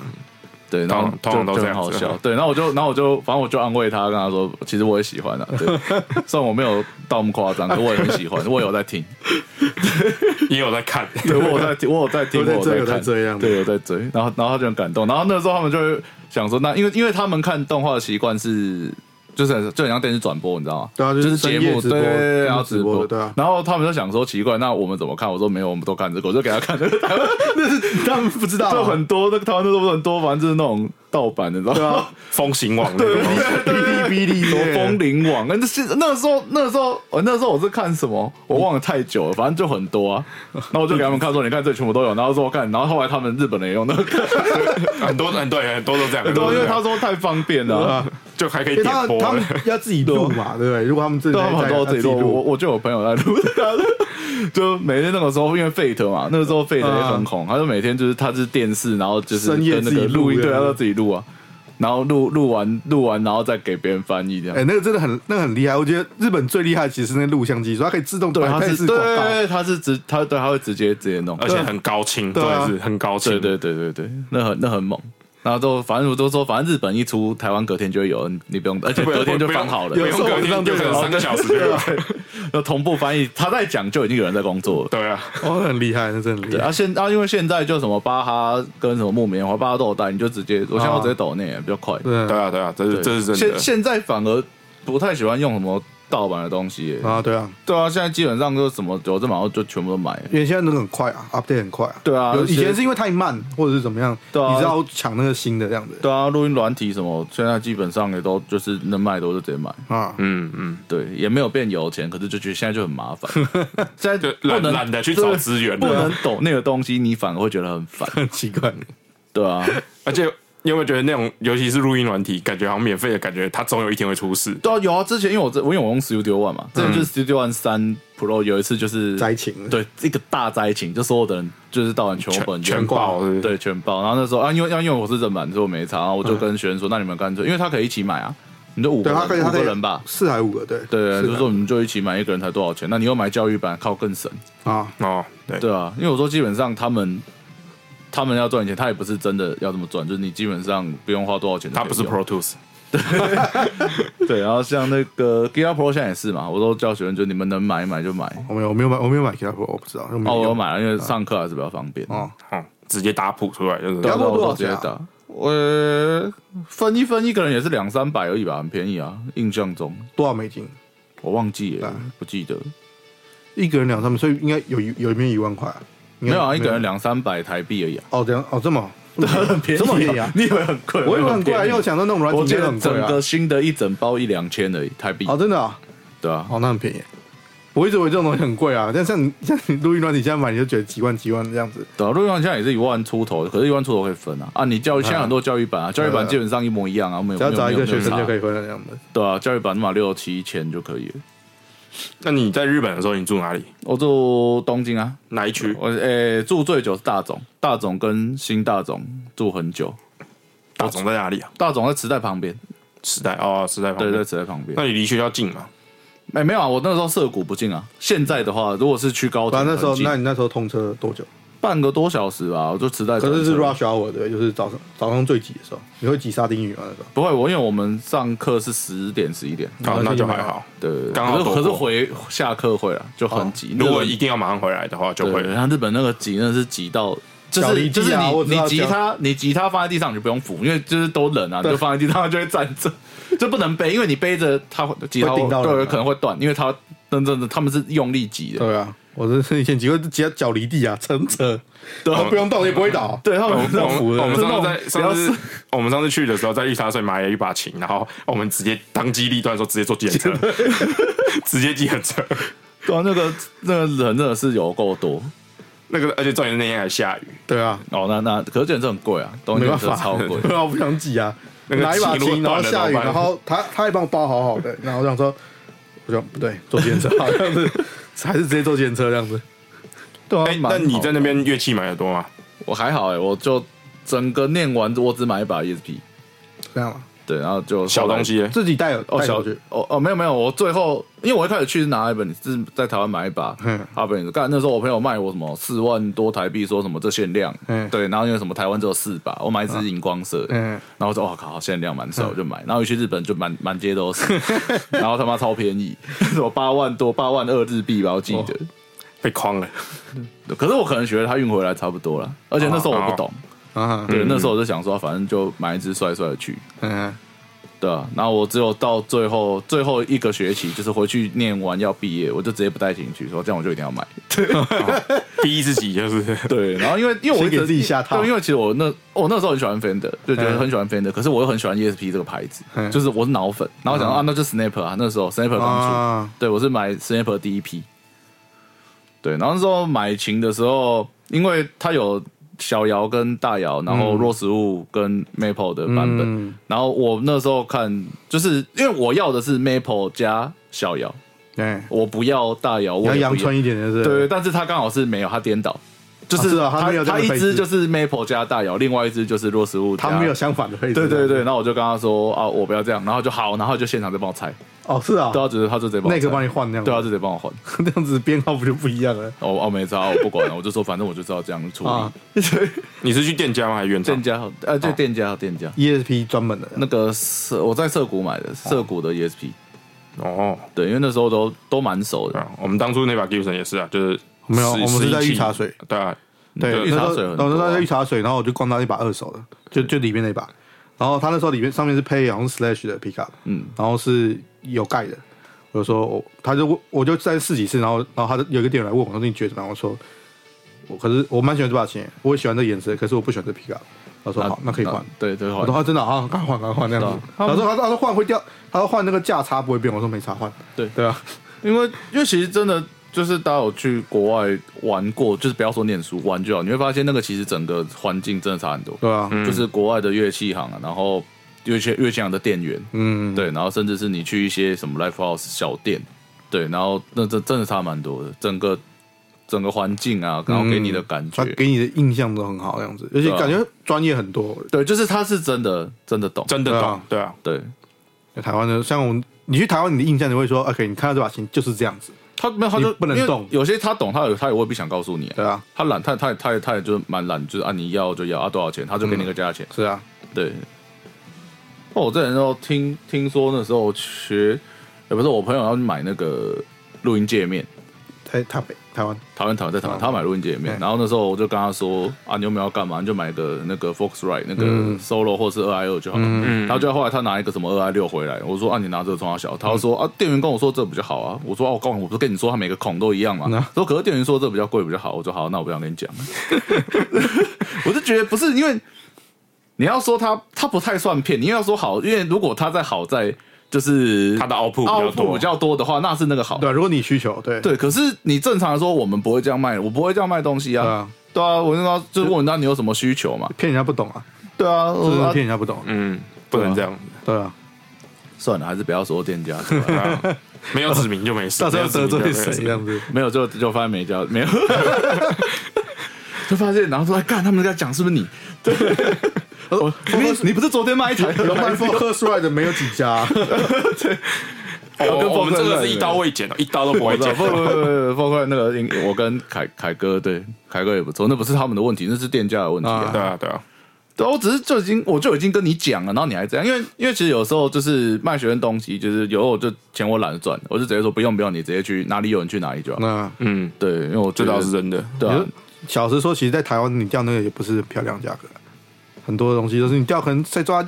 S3: 对，然后
S1: 通通常都
S3: 就就
S1: 这
S3: 很
S1: 样
S3: 好
S1: 子
S3: 笑。对，然后我就，然后我就，反正我就安慰他，跟他说，其实我也喜欢啊。对，虽然我没有到那么夸张，可我也很喜欢，我也有在听，
S1: 也有在 看，
S3: 对我有在听，我有在听，
S2: 有在追
S3: 我
S2: 有在
S3: 看，
S2: 追这样子
S3: 对，有在追。然后，然后他就很感动。然后那时候他们就会想说，那因为因为他们看动画的习惯是。就是很就很像电视转播，你知道吗？
S2: 对啊
S3: 就
S2: 就是
S3: 节
S2: 深夜
S3: 目，
S2: 直
S3: 对
S2: 播
S3: 对对，对然后
S2: 直播的对啊
S3: 然后他们就想说奇怪，那我们怎么看？我说没有，我们都看这个，我就给他看这个。台湾
S2: 他们不知道啊，
S3: 就很多，那个台湾那时候很多，反正就是那种盗版的，你知道
S2: 对
S3: 吗？
S2: 啊，
S1: 风行网那个东 西，
S2: 哔哩哔哩
S3: 什
S2: 之
S3: 么
S2: 类的
S3: 风铃网，那是那时候那时候我那时候我是看什么，我忘了太久了，反正就很多啊。然后我就给他们看说，你看这全部都有，然后说看，然后后来他们日本人也用那个，
S1: 很多很对，很多都这样，很
S3: 对，因为
S1: 这样
S3: 他说太方便了啊、
S1: 就还可以
S2: 因为
S1: 点
S2: 他们
S1: 播
S2: 他
S1: 了
S2: 们。要自己录嘛，对不对？如果他们自己
S3: 对他们很多
S2: 自
S3: 自己录，我，我就有朋友在录， 就每天那个时候因为 Fate 嘛，那个时候 Fate 也很红，他就每天就是他是电视，然后就是
S2: 深夜
S3: 跟那个
S2: 自己录
S3: 录音，对，
S2: 这
S3: 他
S2: 样
S3: 嗯就自己录啊，然后录录完录完，然后再给别人翻译这样
S2: 哎、。那个真的很，那个很厉害。我觉得日本最厉害的其实是那录像技术，它可以自动
S3: 对，
S2: 摆
S3: 他
S2: 配
S3: 是
S2: 式广告。哦
S3: 对，他是直他对他会直接直接弄，
S1: 而且很高清，真
S2: 对啊
S1: 的是很高清。
S3: 对对对对对，那很那很猛。然后都反正我都说，反正日本一出，台湾隔天就会有，你不用，而且隔天就放好了，
S1: 不
S2: 有
S1: 用隔天就可能三个小时就有。
S3: 要啊同步翻译。他在讲，就已经有人在工作了。
S1: 对啊，
S2: 哦，很厉害，那真的很厉
S3: 对
S2: 害。
S3: 啊现，啊，因为现在就什么巴哈跟什么木棉花，巴哈都有带，你就直接，我现在我直接抖内比较快。
S2: 对
S1: 对啊，啊对啊，这是
S3: 对
S1: 这是真
S3: 现
S1: 的。
S3: 现在反而不太喜欢用什么盗版的东西耶、
S2: 啊，对啊，
S3: 对啊，现在基本上就是什么有这马上就全部都买。
S2: 因为现在那个很快啊，update 很快啊。
S3: 对啊
S2: 有
S3: 而且
S2: 以前是因为太慢或者是怎么样，
S3: 对啊
S2: 你知道抢那个新的这样子
S3: 对啊，录音软体什么，现在基本上也都就是能卖的我就直接买，
S2: 啊。
S1: 嗯嗯，
S3: 对，也没有变有钱，可是就觉得现在就很麻烦， 现在
S1: 就
S3: 不
S1: 懒
S3: 能
S1: 懒得去找资源
S3: 不能
S1: 了。
S3: 懂那个东西，你反而会觉得 很烦，
S2: 很奇怪，
S3: 对啊，
S1: 而且你有没有觉得那种，尤其是录音软体，感觉好像免费的感觉，它总有一天会出事。
S3: 对啊，有啊，之前因为我这我因为我用 Studio One 嘛，之前就是 Studio One 三 Pro 有一次就是
S2: 灾情了
S3: 对，一个大灾情，就所有的人就是到完全部本
S1: 全爆是不是
S3: 对全爆。然后那时候啊，因为因为我是正版，所以我没查，然后我就跟学生说，那你们干脆，因为他可以一起买啊，你就五个
S2: 嗯对他可以，
S3: 人
S2: 他
S3: 五
S2: 可以
S3: 个人吧。
S2: 四还五个，对
S3: 对，
S2: 是
S3: 就
S2: 的
S3: 是说你们就一起买，一个人才多少钱？那你又买教育版，靠更省，
S2: 啊，
S1: 哦，对，
S3: 对啊，因为我说基本上他们他们要赚钱，他也不是真的要这么赚，就是你基本上不用花多少钱就
S1: 它
S3: 可以用，
S1: 不是 Pro Tools。
S3: 对，然后像那个 Gear Pro 现在也是嘛，我都叫学生就你们能买买就买。
S2: 我没有，我没有买，我没有买 Kia Pro，我不知道，我没有
S3: 哦，我有
S2: 用
S3: 买了，因为上课还是比较方便。
S2: 哦，
S1: 哦，直接打谱出来就是。
S3: 对啊，
S2: Gear Pro 多
S3: 我都
S2: 少
S3: 直
S2: 钱
S3: 接
S2: 啊
S3: 打。呃，分一分一个人也是两三百而已吧，很便宜啊，印象中
S2: 多少美金？
S3: 我忘记了
S2: 啊，
S3: 不记得。
S2: 一个人两三百，所以应该有一有没有一万块啊？应
S3: 没
S2: 该
S3: 有啊，一个人两三百台币而已啊，
S2: 哦，这样哦，这 么很便这么便宜啊？
S3: 你以为很贵？
S2: 我以为很贵啊，因为我
S3: 又
S2: 想到那种软
S3: 我
S2: 体
S3: 觉
S2: 真的
S3: 得
S2: 很贵
S3: 整
S2: 啊
S3: 个。新的一整包一两千而已台币，
S2: 哦，真的啊，
S3: 对啊，
S2: 哦，那很便宜。我一直以为这种东西很贵啊，但像你像你录音软体现在买，你就觉得几万几万这样子。
S3: 对啊，录像现在也是一万出头，可是一万出头可以分啊啊！你教育现在很多教育版啊，教育版基本上一模一样啊，没有
S2: 嗯只要找一个学生就可
S3: 以，
S2: 以分了这样子。
S3: 对啊，教育版起码六七千就可以了。
S1: 那你在日本的时候，你住哪里？
S3: 我住东京啊，
S1: 哪一区？
S3: 我诶、住最久是大总，大总跟新大总住很久。
S1: 大总在哪里啊？
S3: 大总在池袋旁边，
S1: 时代哦，时代旁
S3: 对，
S1: 边。
S3: 在池袋旁边。
S1: 那你离学校近吗？
S3: 哎、没有啊，我那时候涉谷不近啊。现在的话，如果是去高铁，
S2: 反正那时候
S3: 很，近
S2: 那你那时候通车多久？
S3: 半个多小时吧，我就池袋转
S2: 可
S3: 车。
S2: 是是 rush hour 对，就是早上早上最挤的时候，你会挤沙丁鱼吗？那时候
S3: 不会，我因为我们上课是十点十一点，
S1: 好，那
S2: 那
S1: 就
S2: 就没
S1: 还
S2: 有
S1: 好。
S3: 对，
S1: 刚好
S3: 可是可
S1: 躲
S3: 是
S1: 过
S3: 回下课会啊，就很
S2: 哦
S3: 挤。
S1: 如果
S3: 日本
S1: 一定要马上回来的话，就会
S3: 对，他日本那个挤真的是挤到。就
S2: 小
S3: 是
S2: 离地
S3: 就
S2: 啊
S3: 是你
S2: 我知
S3: 你
S2: 道
S3: 吉
S2: 小
S3: 他你吉他放在地上你就不用扶，因为就是都冷啊，你就放在地上它就会站着，就不能背，因为你背着它会吉他
S2: 会顶到人
S3: 对
S2: 啊
S3: 可能会断，因为它真正的他们是用力挤的，
S2: 对啊，我真是以前几个只要脚离地啊，撑着，对 啊，不用动也不会倒。
S3: 对他
S1: 我们
S3: 们是
S1: 我
S3: 用扶
S1: 们
S3: 的，
S1: 我们
S3: 真
S1: 上次在
S3: 的那种
S1: 上
S3: 不要
S1: 次我们上次去的时候，在御茶水买了一把琴，然后我们直接当机立断说直接坐计程车， 直接计程车。
S3: 对啊，那个那个人真的是有够多
S1: 那个而且重点是那天还下雨，
S2: 对啊，
S3: 哦，那那可是这人很贵啊，东
S2: 没
S3: 京
S2: 办
S3: 车
S2: 法，
S3: 超 贵，
S2: 对啊，我不想挤啊。
S1: 那个
S2: 拿一把
S1: 骑
S2: 琴，
S1: 路
S2: 然后
S1: 断了
S2: 下雨，
S1: 怎么办
S2: 然后他他还帮我包好好的， 然后我想说，我说不对，坐电车好像是还是直接坐电车这样子。
S3: 对啊
S1: 哎、那你在那边乐器买的多吗？
S3: 我还好哎、我就整个念完我只买一把 ESP，
S2: 这样嘛，
S3: 对，然后就
S1: 小
S3: 后来
S1: 东 西耶、
S2: 自己带有
S3: 哦，
S2: 带
S3: 小
S2: 回去，
S3: 哦哦，没有没有，我最后因为我一开始去是拿一本，是在台湾买一把
S2: 嗯
S3: 阿本，干那时候我朋友卖我什么四万多台币，说什么这限量
S2: 嗯，
S3: 对，然后因为什么台湾只有四把，我买一支荧光色，
S2: 嗯
S3: 然后我说哇靠，限量蛮少，我就买，然后一去日本就满满街都 是，然后他妈超便宜，什么八万多，八万二日币吧，我
S2: 哦
S3: 记得，
S1: 被框了。
S3: 可是我可能觉得他运回来差不多了，而且那时候我不懂，
S2: 啊，
S3: 对，那时候我就想说，反正就买一支帅帅的去，
S2: 嗯，
S3: 对啊，然后我只有到最后最后一个学期，就是回去念完要毕业，我就直接不带进去，说这样我就一定要买。
S1: 逼自己就是
S3: 对，然后因为因为我
S2: 先
S3: 一
S2: 给
S3: 直
S2: 自己下套
S3: 对因为其实我那我那时候很喜欢 Fender，就觉得
S2: 嗯
S3: 很喜欢 Fender，可是我又很喜欢 ESP 这个牌子，
S2: 嗯
S3: 就是我是脑粉，然后想到啊，那就 Snapper 啊，那时候 Snapper 刚出，
S2: 啊，
S3: 对我是买 Snapper 第一批。对，然后那时候买琴的时候，因为它有小摇跟大摇，然后弱食物跟 Maple 的版本，
S2: 嗯
S3: 然后我那时候看，就是因为我要的是 Maple 加小摇，
S2: 哎，
S3: 我不要大摇，
S2: 你
S3: 我
S2: 要
S3: 也不
S2: 阳
S3: 要
S2: 春一点的是，
S3: 对，，但是他刚好是没有，他颠倒，就
S2: 啊是
S3: 是
S2: 啊他没有这
S3: 他
S2: 个
S3: 一
S2: 配
S3: 只
S2: 置
S3: 就是 Maple 加大摇，另外一只就是弱食物加，
S2: 他没有相反的配置，
S3: 对对对，然后我就跟他说啊，我不要这样，然后就好，然后就现场就帮我拆，
S2: 哦，是啊，
S3: 对啊，只是他就直接帮我
S2: 那个
S3: 拆
S2: 帮你换那样，
S3: 对啊，就直接帮我换。
S2: 这样子编号不就不一样了
S3: 哦哦，没差，我不管了，我就说反正我就知道这样处理。
S2: 啊
S1: 你是去店家吗？还是原厂
S3: 店？家好，呃，对，店家好，店家。
S2: ？ESP E 专门的
S3: 那个涩，我在涩谷买的，涩谷的 ESP，
S1: 哦，
S3: 对，因为那时候都都蛮熟
S1: 对
S3: 的，
S1: 啊，我们当初那把 Gibson 也是啊，就是
S2: 没有，
S1: 试
S2: 我们是在
S1: 试一
S2: 御
S1: 季
S2: 茶水，
S1: 对啊，
S2: 对，那
S3: 御
S2: 时
S3: 茶
S2: 候
S3: 水很
S2: 哦那时
S3: 多
S2: 候
S3: 啊
S2: 在御茶水，然后我就逛到一把二手的，就就里面那一把，然后他那时候里面上面是配好像 Slash 的 pickup，
S3: 嗯，
S2: 然后是有盖的，我就说我他就问我就再试几次，然后然后他就有一个店员来问我说你觉得怎么样？我说我可是我蛮喜欢这把琴，我也喜欢这颜色，可是我不喜欢这 pickup。他说好，那可以换。
S3: 对对
S2: 我说
S3: 换，啊
S2: 啊，真的啊，赶快换，赶快换那样子。他说他说他说换会掉，他说换那个价差不会变。我说没差换。
S3: 对
S2: 对啊，
S3: 因为因为其实真的就是大家有去国外玩过，就是不要说念书玩就好，你会发现那个其实整个环境真的差很多，
S2: 对啊，
S1: 嗯
S3: 就是国外的乐器行啊，然后乐器乐器行的店员，
S2: 嗯，
S3: 对，然后甚至是你去一些什么 live house 小店，对，然后那这真的差蛮多的，整个整个环境啊，然后给你的感觉
S2: 嗯他，给你的印象都很好，这样子，而且
S3: 对啊
S2: 感觉专业很多。
S3: 对，就是他是真的真的懂，
S1: 真的
S2: 对啊
S1: 懂，对啊，
S3: 对
S2: 台湾的，像我们，你去台湾，你的印象你会说，OK，你看到这把琴就是这样子，
S3: 他没有他就
S2: 你不能
S3: 因为
S2: 动
S3: 有些他懂，他有他也未必想告诉你啊、
S2: 对啊，
S3: 他懒，他他也他也他也就是蛮懒，就是啊你要就要啊多少钱，他就给你个价钱，
S2: 是啊，
S3: 对。哦，我之前要听听说那时候学，也不是我朋友要去买那个录音界面，
S2: 台台北台湾，
S3: 台湾台湾在台湾，
S2: 嗯
S3: 他买录音界面，
S2: 嗯
S3: 然后那时候我就跟他说啊，你有没有要干嘛？你就买个那个 Foxrite 那个
S2: 嗯
S3: Solo 或是二 i 二就好了。
S1: 嗯
S3: 然后就后来他拿一个什么二 i 六回来，我说啊，你拿这个冲他小，他就
S2: 嗯
S3: 说啊，店员跟我说这比较好啊，我说哦，我刚我不是跟你说他每个孔都一样嘛
S2: 嗯，
S3: 说可是店员说这比较贵比较好，我说好，那我不想跟你讲， 我就觉得不是因为你要说他他不太算骗，你要说好，因为如果他在好在就是
S1: 他的 output 比
S3: 凹
S1: 较
S3: 凸
S1: 多，
S3: 比较多的话，那是那个好，
S2: 对啊，如果你需求，对
S3: 对，可是你正常来说，我们不会这样卖，我不会这样卖东西
S2: 对
S3: 啊。
S2: 啊，
S3: 对啊，我那时就是问人家你有什么需求嘛？
S2: 骗人家不懂啊，
S3: 对啊，我
S2: 真
S3: 说
S2: 的
S3: 啊
S2: 骗人家不懂，
S1: 嗯，不能这样，
S2: 对啊，
S3: 算了，还是不要说店家。
S1: 对 啊没有指名就没事，
S2: 到时候
S1: 没有
S2: 得
S1: 指名
S2: 罪
S1: 就没事
S2: 谁啊这样子？
S3: 没有，就就发现没交，没有，就发现，然后说，哎干，他们在讲是不是你？对，我说你你不是昨天卖一台
S2: 有卖 f o r s r i 的没有几家啊，
S1: 哦
S3: 跟
S1: 我们这
S3: 风筝
S1: 个
S3: 在
S1: 是一刀未剪的，哦一刀都不会剪
S3: 不。不不不，包括那个应，我跟凯凯哥，对，凯哥也不错，那不是他们的问题，那是店家的问题啊
S2: 啊
S1: 对啊，对啊，
S3: 对，我只是就已经我就已经跟你讲了，然后你还这样，因为因为其实有时候就是卖学生东西，就是有时候我就钱我懒得赚，我就直接说不用不用，你直接去哪里有人去哪里就好。
S2: 那
S1: 嗯，
S3: 对，因为我
S1: 这
S3: 知道
S1: 倒是真的。
S3: 对啊，
S2: 小实说，其实，在台湾你掉那个也不是漂亮价格，很多东西都是你掉，可能再赚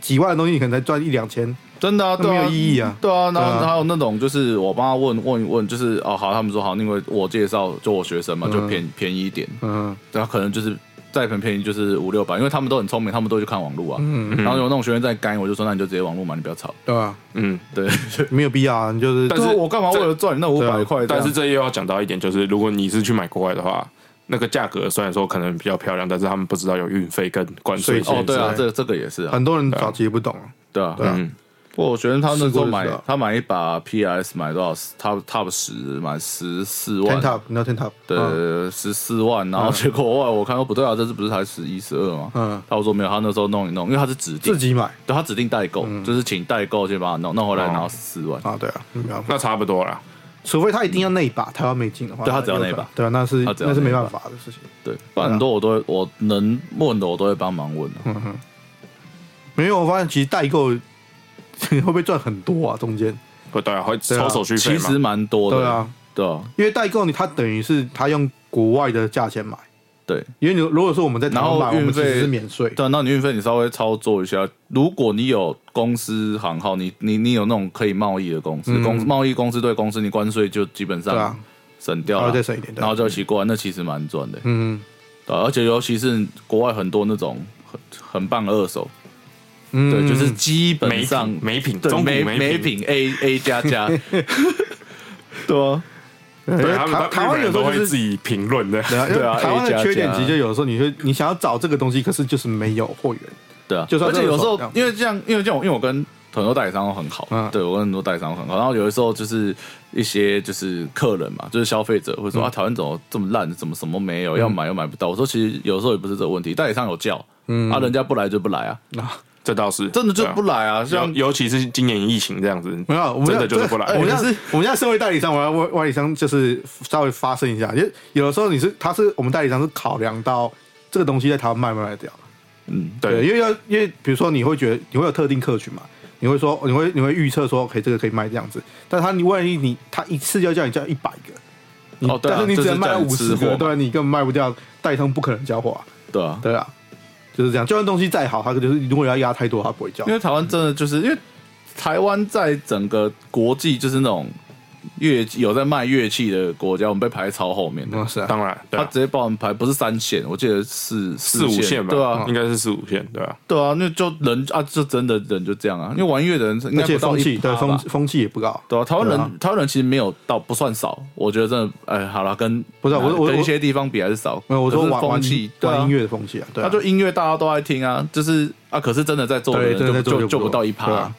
S2: 几万的东西，你可能才赚一两千，
S3: 真的啊，
S2: 那
S3: 对
S2: 没
S3: 啊，
S2: 有意义啊。
S3: 对啊，然
S2: 对
S3: 后
S2: 啊
S3: 还有那种就是我帮他问问一问，就是哦好，他们说好，因为我介绍就我学生嘛，就便便宜一点，
S2: 嗯，
S3: 然后可能就是再很便宜就是五六百，因为他们都很聪明，他们都去看网络啊。然后有那种学生在干，我就说那你就直接网络嘛，你不要吵。
S2: 对吧？
S1: 嗯，
S3: 对，
S2: 没有必要啊，你就是
S1: 但是
S3: 对啊我干嘛为了赚你那五
S2: 对
S3: 百
S2: 啊
S3: 块这样？
S1: 但是这又要讲到一点，就是如果你是去买国外的话，那个价格虽然说可能比较漂亮，但是他们不知道有运费跟关税
S2: 税
S1: 限
S3: 哦，
S1: 制。
S3: 对啊，
S2: 之
S3: 这这个也是啊，
S2: 很多人早期也不懂啊，
S3: 对啊，
S2: 对啊
S1: 嗯，
S3: 不，我觉得他那时候
S2: 试过
S3: 买
S2: 就知道，
S3: 他买一把 PS 买多少？Top Top 十买十四
S2: ten
S3: 万，
S2: top，你要 ten top，嗯
S3: 啊对，十四万。然后结果哇，我看到不对啊，这是不是才十一十二吗？
S2: 嗯
S3: 他说没有，他那时候弄一弄，因为他是指定
S2: 自，己嗯买
S3: 对他指定代购，就是请代购去把它弄弄
S2: 哦
S3: 回来，然后十四万。
S2: 啊，对啊，没办法，
S1: 那差不多啦。
S2: 除非他一定要那一把，台湾没进的话，
S3: 嗯对他只要那一把
S2: 对啊，那是
S3: 他只要
S2: 那是
S3: 那一
S2: 没
S3: 把
S2: 办法的事情。
S3: 对，不然很多我都会，我能问的我都会帮忙问啊。
S2: 嗯没有，我发现其实代购 会不会赚很多啊？中间
S1: 会对啊，会
S2: 啊
S1: 抽手续费
S3: 其
S1: 嘛
S3: 实？蛮多的，
S2: 对啊，
S3: 对啊，
S2: 因为代购你他等于是他用国外的价钱买，
S3: 对。
S2: 因为你如果说我们在台湾
S3: 然
S2: 买，
S3: 后
S2: 我
S3: 运费
S2: 们其实是免税，
S3: 对啊，那你运费你稍微操作一下。如果你有公司行号，你你你有那种可以贸易的公司，公贸易公司对公司，你关税就基本
S2: 嗯对
S3: 上
S2: 啊
S3: 省掉
S2: 然后再
S3: 了，
S2: 省一点，对啊
S3: 然后就一起过来，那其实蛮赚的。
S2: 嗯
S3: 对啊，而且尤其是国外很多那种很很棒的二手，
S2: 嗯，
S3: 对，就是基本
S1: 美
S3: 上
S1: 品，美品，
S3: 对
S1: 中古
S3: 美
S1: 美
S3: 美，品 A A 加 加， 对啊，
S1: 对
S2: 对
S1: 他们
S2: 嗯台台
S1: 日本
S2: 湾有
S1: 人
S2: 时
S1: 都
S2: 候
S1: 会
S2: 就
S1: 自
S2: 是。
S1: 己评论的。
S2: 对啊，因为
S3: 对啊
S2: 台湾
S3: A 加
S2: 的
S3: 加
S2: 缺点其实就有时候你会你想要找这个东西，可是就是没有货源。
S3: 对啊，
S2: 就算
S3: 而且有时候
S2: 这样
S3: 因为这样，因为这样，因为我跟很多代理商都很好，
S2: 嗯
S3: 对我跟很多代理商都很好，然后有的时候就是一些就是客人嘛，就是消费者会说、啊，台湾怎么这么烂，怎么什么没有，要买又买不到。我说其实有时候也不是这个问题，代理商有叫，啊，人家不来就不来啊，
S2: 啊
S1: 这倒是
S3: 真的就
S1: 对啊
S3: 不来啊，
S1: 尤
S3: 像
S1: 尤其是今年疫情这样子，
S2: 没有，我们
S1: 真的
S2: 要
S1: 就是不来
S2: 哎我们
S1: 我
S2: 要
S3: 就是
S2: 我们要身为代理商，我要为代理商就是稍微发声一下，因为有的时候你是他是我们代理商是考量到这个东西在台湾卖不卖得掉，
S3: 嗯，
S2: 对，
S1: 对
S2: 因为要因为比如说你会觉得你会有特定客群嘛，你会说你会你会预测说，OK 这个可以卖这样子，但他你万一你他一次要叫你叫一百个，你、
S3: 哦对啊
S2: 但是你只能
S3: 这是
S2: 卖
S3: 叫你
S2: 五十
S3: 吃货
S2: 个，
S3: 嘛
S2: 对啊，你根本卖不掉，代理商不可能交货、啊，
S3: 对啊，
S2: 对啊，就是这样，就算东西再好，他就是如果要压太多，他不会叫
S3: 因，为台湾真的就是因为台湾在整个国际就是那种乐有在卖乐器的国家，我们被排在超后面的。
S2: 嗯是啊，
S1: 当然，对
S3: 他
S1: 啊，
S3: 直接把我们排不是三线，我记得是
S1: 四五线
S3: 线
S1: 吧，
S3: 对啊，
S1: 应该是四五线，对啊，
S3: 对啊，那就人啊，就真的人就这样啊，因为玩音乐的人应
S2: 而
S3: 该
S2: 且
S3: 不到
S2: 风气
S3: 一
S2: 对
S3: 趴
S2: 风
S3: 吧。
S2: 风气也不高，
S3: 对啊，台湾人、
S2: 对啊
S3: 台湾人其实没有到不算少，我觉得真的，哎，好了，跟
S2: 不是啊我我
S3: 跟
S2: 我
S3: 一些地方比还是少。
S2: 没有我说
S3: 可是
S2: 玩
S3: 风
S2: 玩
S3: 气
S2: 音，
S3: 对
S2: 玩
S3: 啊
S2: 音，乐的风气啊，对
S3: 那
S2: 啊，
S3: 就音乐大家都爱听啊，就是啊，可是真的在做的
S2: 对
S3: 人
S2: 真的在
S3: 就
S2: 做
S3: 就
S2: 就
S3: 就
S2: 不
S3: 不
S2: 多
S3: 到一趴
S2: 对
S3: 啊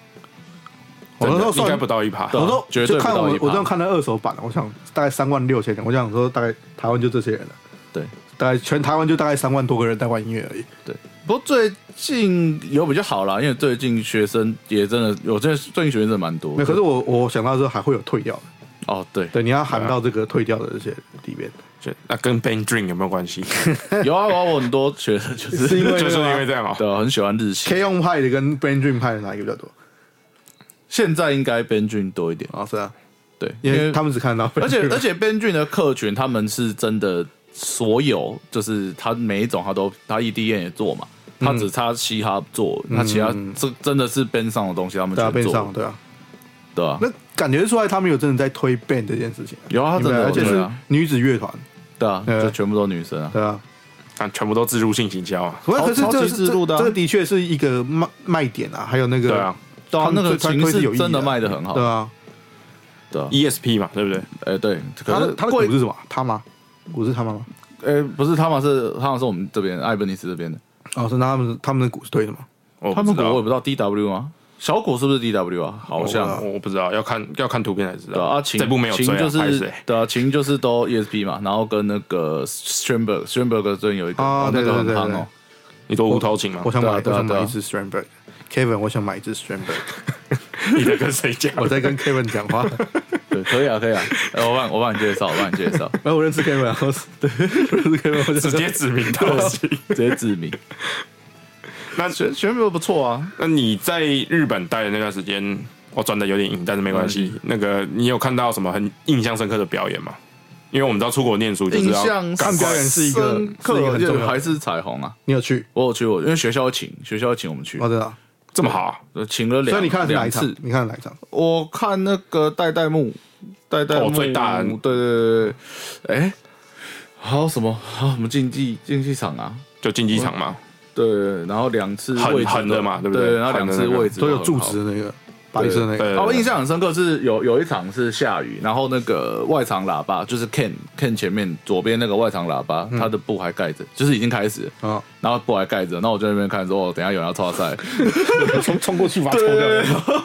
S2: 啊，我那时候
S1: 应该
S2: 算
S1: 不到一趴，
S3: 对啊
S2: 我都
S3: 绝
S2: 就
S3: 对
S2: 看
S3: 不
S2: 我
S3: 到一
S2: 我
S3: 趴
S2: 这样看了二手版了，我想大概三万六千人，我想说大概台湾就这些人了，
S3: 对，
S2: 大概全台湾就大概三万多个人在玩音乐而已。
S3: 对，不过最近有比较好啦，因为最近学生也真的，我这最近学生真的蛮多
S2: 没
S3: 的。
S2: 有，可是我我想到是还会有退掉的，
S3: 哦，对，
S2: 对，你要喊到这个退掉的这些里面，
S1: 就那跟 Bang Dream 有没有关系？
S3: 有啊，我我很多学生就是
S2: 是因为
S1: 就是因为这样哦，
S3: 对啊，很喜欢日系。
S2: K 用派的跟 b a n Dream 派的哪一个比较多
S3: 现在应该 Ben j 多一点，
S2: 啊？是啊，
S3: 对，
S2: 因为他们只看到啊 Ben
S3: 而且
S2: Dream
S3: 而且 Ben j 的客群，他们是真的所有，就是他每一种他都他 EDM 也做嘛，
S2: 嗯
S3: 他只差嘻哈不做，他其他这真的是 Ben 上的东西，他们
S2: 对啊
S3: 全
S2: b a
S3: 做，
S2: 上对啊，
S3: 对啊，
S2: 那感觉出来他们有真的在推 b a n 这件事情，
S3: 有啊，他
S2: 对
S3: 真的
S2: 啊，而
S3: 有
S2: 且
S3: 对
S2: 是
S3: 啊，
S2: 女子乐团，
S3: 对啊，
S2: 呃
S3: 这全部都女生啊，
S2: 对啊。
S1: 但全部都自入性行销啊，
S2: 不过
S3: 超
S2: 可是
S3: 超
S2: 这
S3: 级
S2: 是
S3: 自
S2: 这
S3: 入的啊
S2: 这个的确是一个卖卖点啊，还有那个
S1: 对啊
S3: 对啊
S2: 他，们
S3: 那个
S2: 推
S3: 情
S2: 推是有意
S3: 是
S2: 义
S3: 真的
S2: 的
S3: 卖的很好
S2: 对，啊，
S3: 对啊，
S1: ，ESP E 嘛，对不对？
S3: 哎对，
S2: 他
S3: 可
S2: 的
S3: 是
S2: 他的鼓
S3: 贵
S2: 是，什么？他吗？鼓是他妈吗？
S3: 哎不是他们是他们是我们这边艾本尼斯这边的，
S2: 哦，是那他们他们的鼓是对的吗？
S1: 我
S3: 他
S1: 不
S3: 们
S1: 知
S3: 股
S1: 道
S2: 啊
S3: 我也不知道 DW 吗？小股是不是 DW 啊？好像
S2: 道
S1: 我不知道，要看要看图片才知
S3: 对
S1: 道。
S3: 啊，秦
S1: 这部没有追
S3: 秦
S1: 啊，
S3: 就是
S1: 拍谁？
S3: 对啊，秦就是都 ESP 嘛，然后跟那个 Strandberg Strandberg 最近有一个，
S2: 啊
S3: 哦那
S2: 对
S3: 个
S2: 对
S3: 很
S2: 对
S3: 胖
S2: 对
S3: 哦，
S1: 你说无头琴吗
S2: 我？想买，
S3: 对
S2: 我
S3: 啊
S2: 想
S3: 对
S2: 买
S3: 啊
S2: 一只 Strandberg。Kevin，我想买一只 Strandberg。
S1: 你在跟谁讲？
S2: 我在跟 Kevin 讲话，
S3: 对，可以 啊，可以啊，哎我帮我帮你介绍，我帮你介绍，
S2: 然后我认识 Kevin，啊我是对，我认识 Kevin，我
S1: 直
S2: 就
S1: 接指名道姓。
S3: 直接指 名。
S1: 那
S3: 选选美不错啊，
S1: 那你在日本待的那段时间，我转的有点硬，但是没关
S2: 嗯
S1: 系。那个你有看到什么很印象深刻的表演吗？因为我们知道出国念书就是
S3: 印
S1: 要
S3: 象
S2: 看表演是一个
S3: 深
S2: 是一个
S3: 刻
S2: 很重要的
S3: 就还是彩虹啊，
S2: 你有去？
S3: 我有去过，因为学校有请，学校有请我们去
S2: 我，知道。
S1: 这么好啊、
S3: 呃请了两，
S2: 哦所以你看的是哪一
S3: 两
S2: 场
S3: 次？？
S2: 你看的哪一场？
S3: 我看那个代代木，代代木、
S1: 哦最大
S3: 对对对对，哎，还有什么？还有什么竞技竞技场啊？
S1: 就竞技场嘛，
S3: 对，然后两次
S1: 横
S3: 位置
S1: 横的嘛对
S3: 对
S1: 不对
S3: 然后两次位置
S2: 都有
S3: 很
S2: 柱
S3: 好
S2: 子。的那个，白色的那
S1: 对
S2: 个。
S3: 啊，我印象很深刻是有有一场是下雨，然后那个外场喇叭就是 Ken Ken 前面左边那个外场喇叭，
S1: 嗯
S3: 它的布还盖着，就是已经开始了，
S2: 啊，
S3: 然后布还盖着，那我就在那边看说，哦，等一下有人要超 赛，
S2: 冲冲哦过去把它
S3: 对
S2: 冲掉
S3: 对对，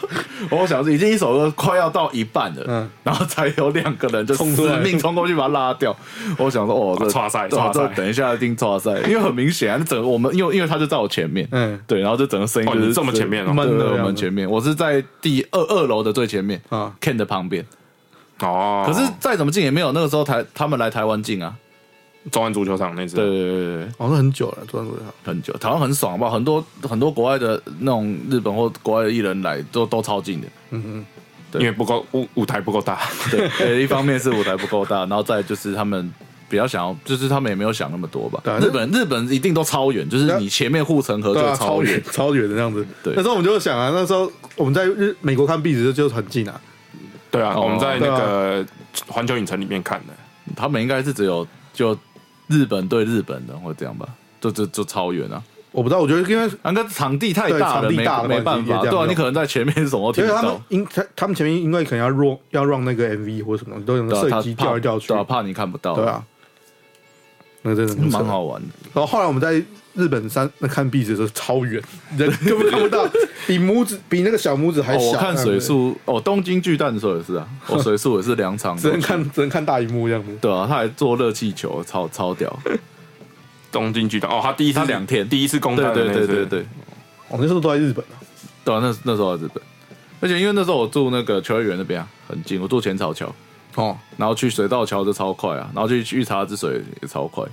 S3: 然后我想是已经一首歌快要到一半了，
S2: 嗯
S3: 然后才有两个人就
S2: 冲出来
S3: 死命冲过去把它拉掉。我想说，哦，这
S1: 哇唰啊赛
S3: 这
S1: 唰赛
S3: 这等一下一定抓赛，因为很明显啊，那整个我们因为因为他就在我前面，
S2: 嗯
S3: 嗯，对，然后就整个声音
S1: 哦
S3: 就
S1: 你
S3: 是
S1: 这么前面哦
S3: 对
S2: 闷的
S3: 我
S2: 样
S3: 们
S2: 子
S3: 前面，我是在第二二楼的最前面
S2: 啊
S3: 啊，Ken 的旁边。
S1: 哦。
S3: 可是再怎么进也没有那个时候台他们来台湾进啊，
S1: 中安足球场那次，
S3: 对对对对对。
S2: 哦，那很久了，昨天晚上。
S3: 很久，台湾很爽，好不好？很多很多国外的那种日本或国外的艺人来，都都超近的。 对
S1: 因为不够舞舞台不够大，
S3: 对，呃一方面是舞台不够大，然后再来就是他们比较想要，就是他们也没有想那么多吧
S2: 对啊。
S3: 日本日本一定都超远，就是你前面护城河
S2: 对啊，
S3: 就
S2: 超
S3: 超远
S2: 远， 超远的那样子。
S3: 对
S2: 那时候我们就想啊，那时候我们在日美国看壁纸就就很近啊，
S1: 对啊，
S3: 哦
S1: 我们在那个环球影城里面看的，
S3: 他们应该是只有就日本对日本的或这样吧。就就就超远啊！
S2: 我不知道，我觉得因为
S3: 啊，那场地太
S2: 对
S3: 大
S2: 场
S3: 了，
S2: 地
S3: 没
S2: 大的
S3: 没
S2: 关
S3: 办
S2: 系
S3: 法，
S2: 也这样
S3: 对啊，
S2: 用
S3: 你可能在前面什么都
S2: 因
S3: 听
S2: 为
S3: 不
S2: 他们
S3: 到，
S2: 因他他们前面因为可能要 run 要 run 那个 MV 或什么东西，都有那个
S3: 对啊
S2: 摄
S3: 他
S2: 影机
S3: 怕
S2: 调来调去，
S3: 对啊，怕你看不到，
S2: 对，啊，那真的很
S3: 蛮
S2: 扯。
S3: 好玩的。
S2: 然后后来我们在日本山那看壁纸的时候超远，人根本看不 到，比拇指比那个小拇指还
S3: 哦，
S2: 小。
S3: 我看水
S2: 那样子，
S3: 速，哦，东京巨蛋的时候也是啊，我水速也是两场都去，
S2: 只能看只能看大荧幕这样子。
S3: 对啊，他还做热气球，超超屌，
S1: 东京巨蛋哦，他第一次
S3: 他两天
S1: 第一次公
S3: 对
S1: 蛋的
S3: 对
S1: 那次，
S3: 对对对，
S2: 我哦那时候都在日本啊，
S3: 对啊，那那时候在日本，而且因为那时候我住那个秋叶原那边啊，很近，我住浅草桥，
S2: 哦，
S3: 然后去水道桥就超快啊，然后去御茶之水也超快，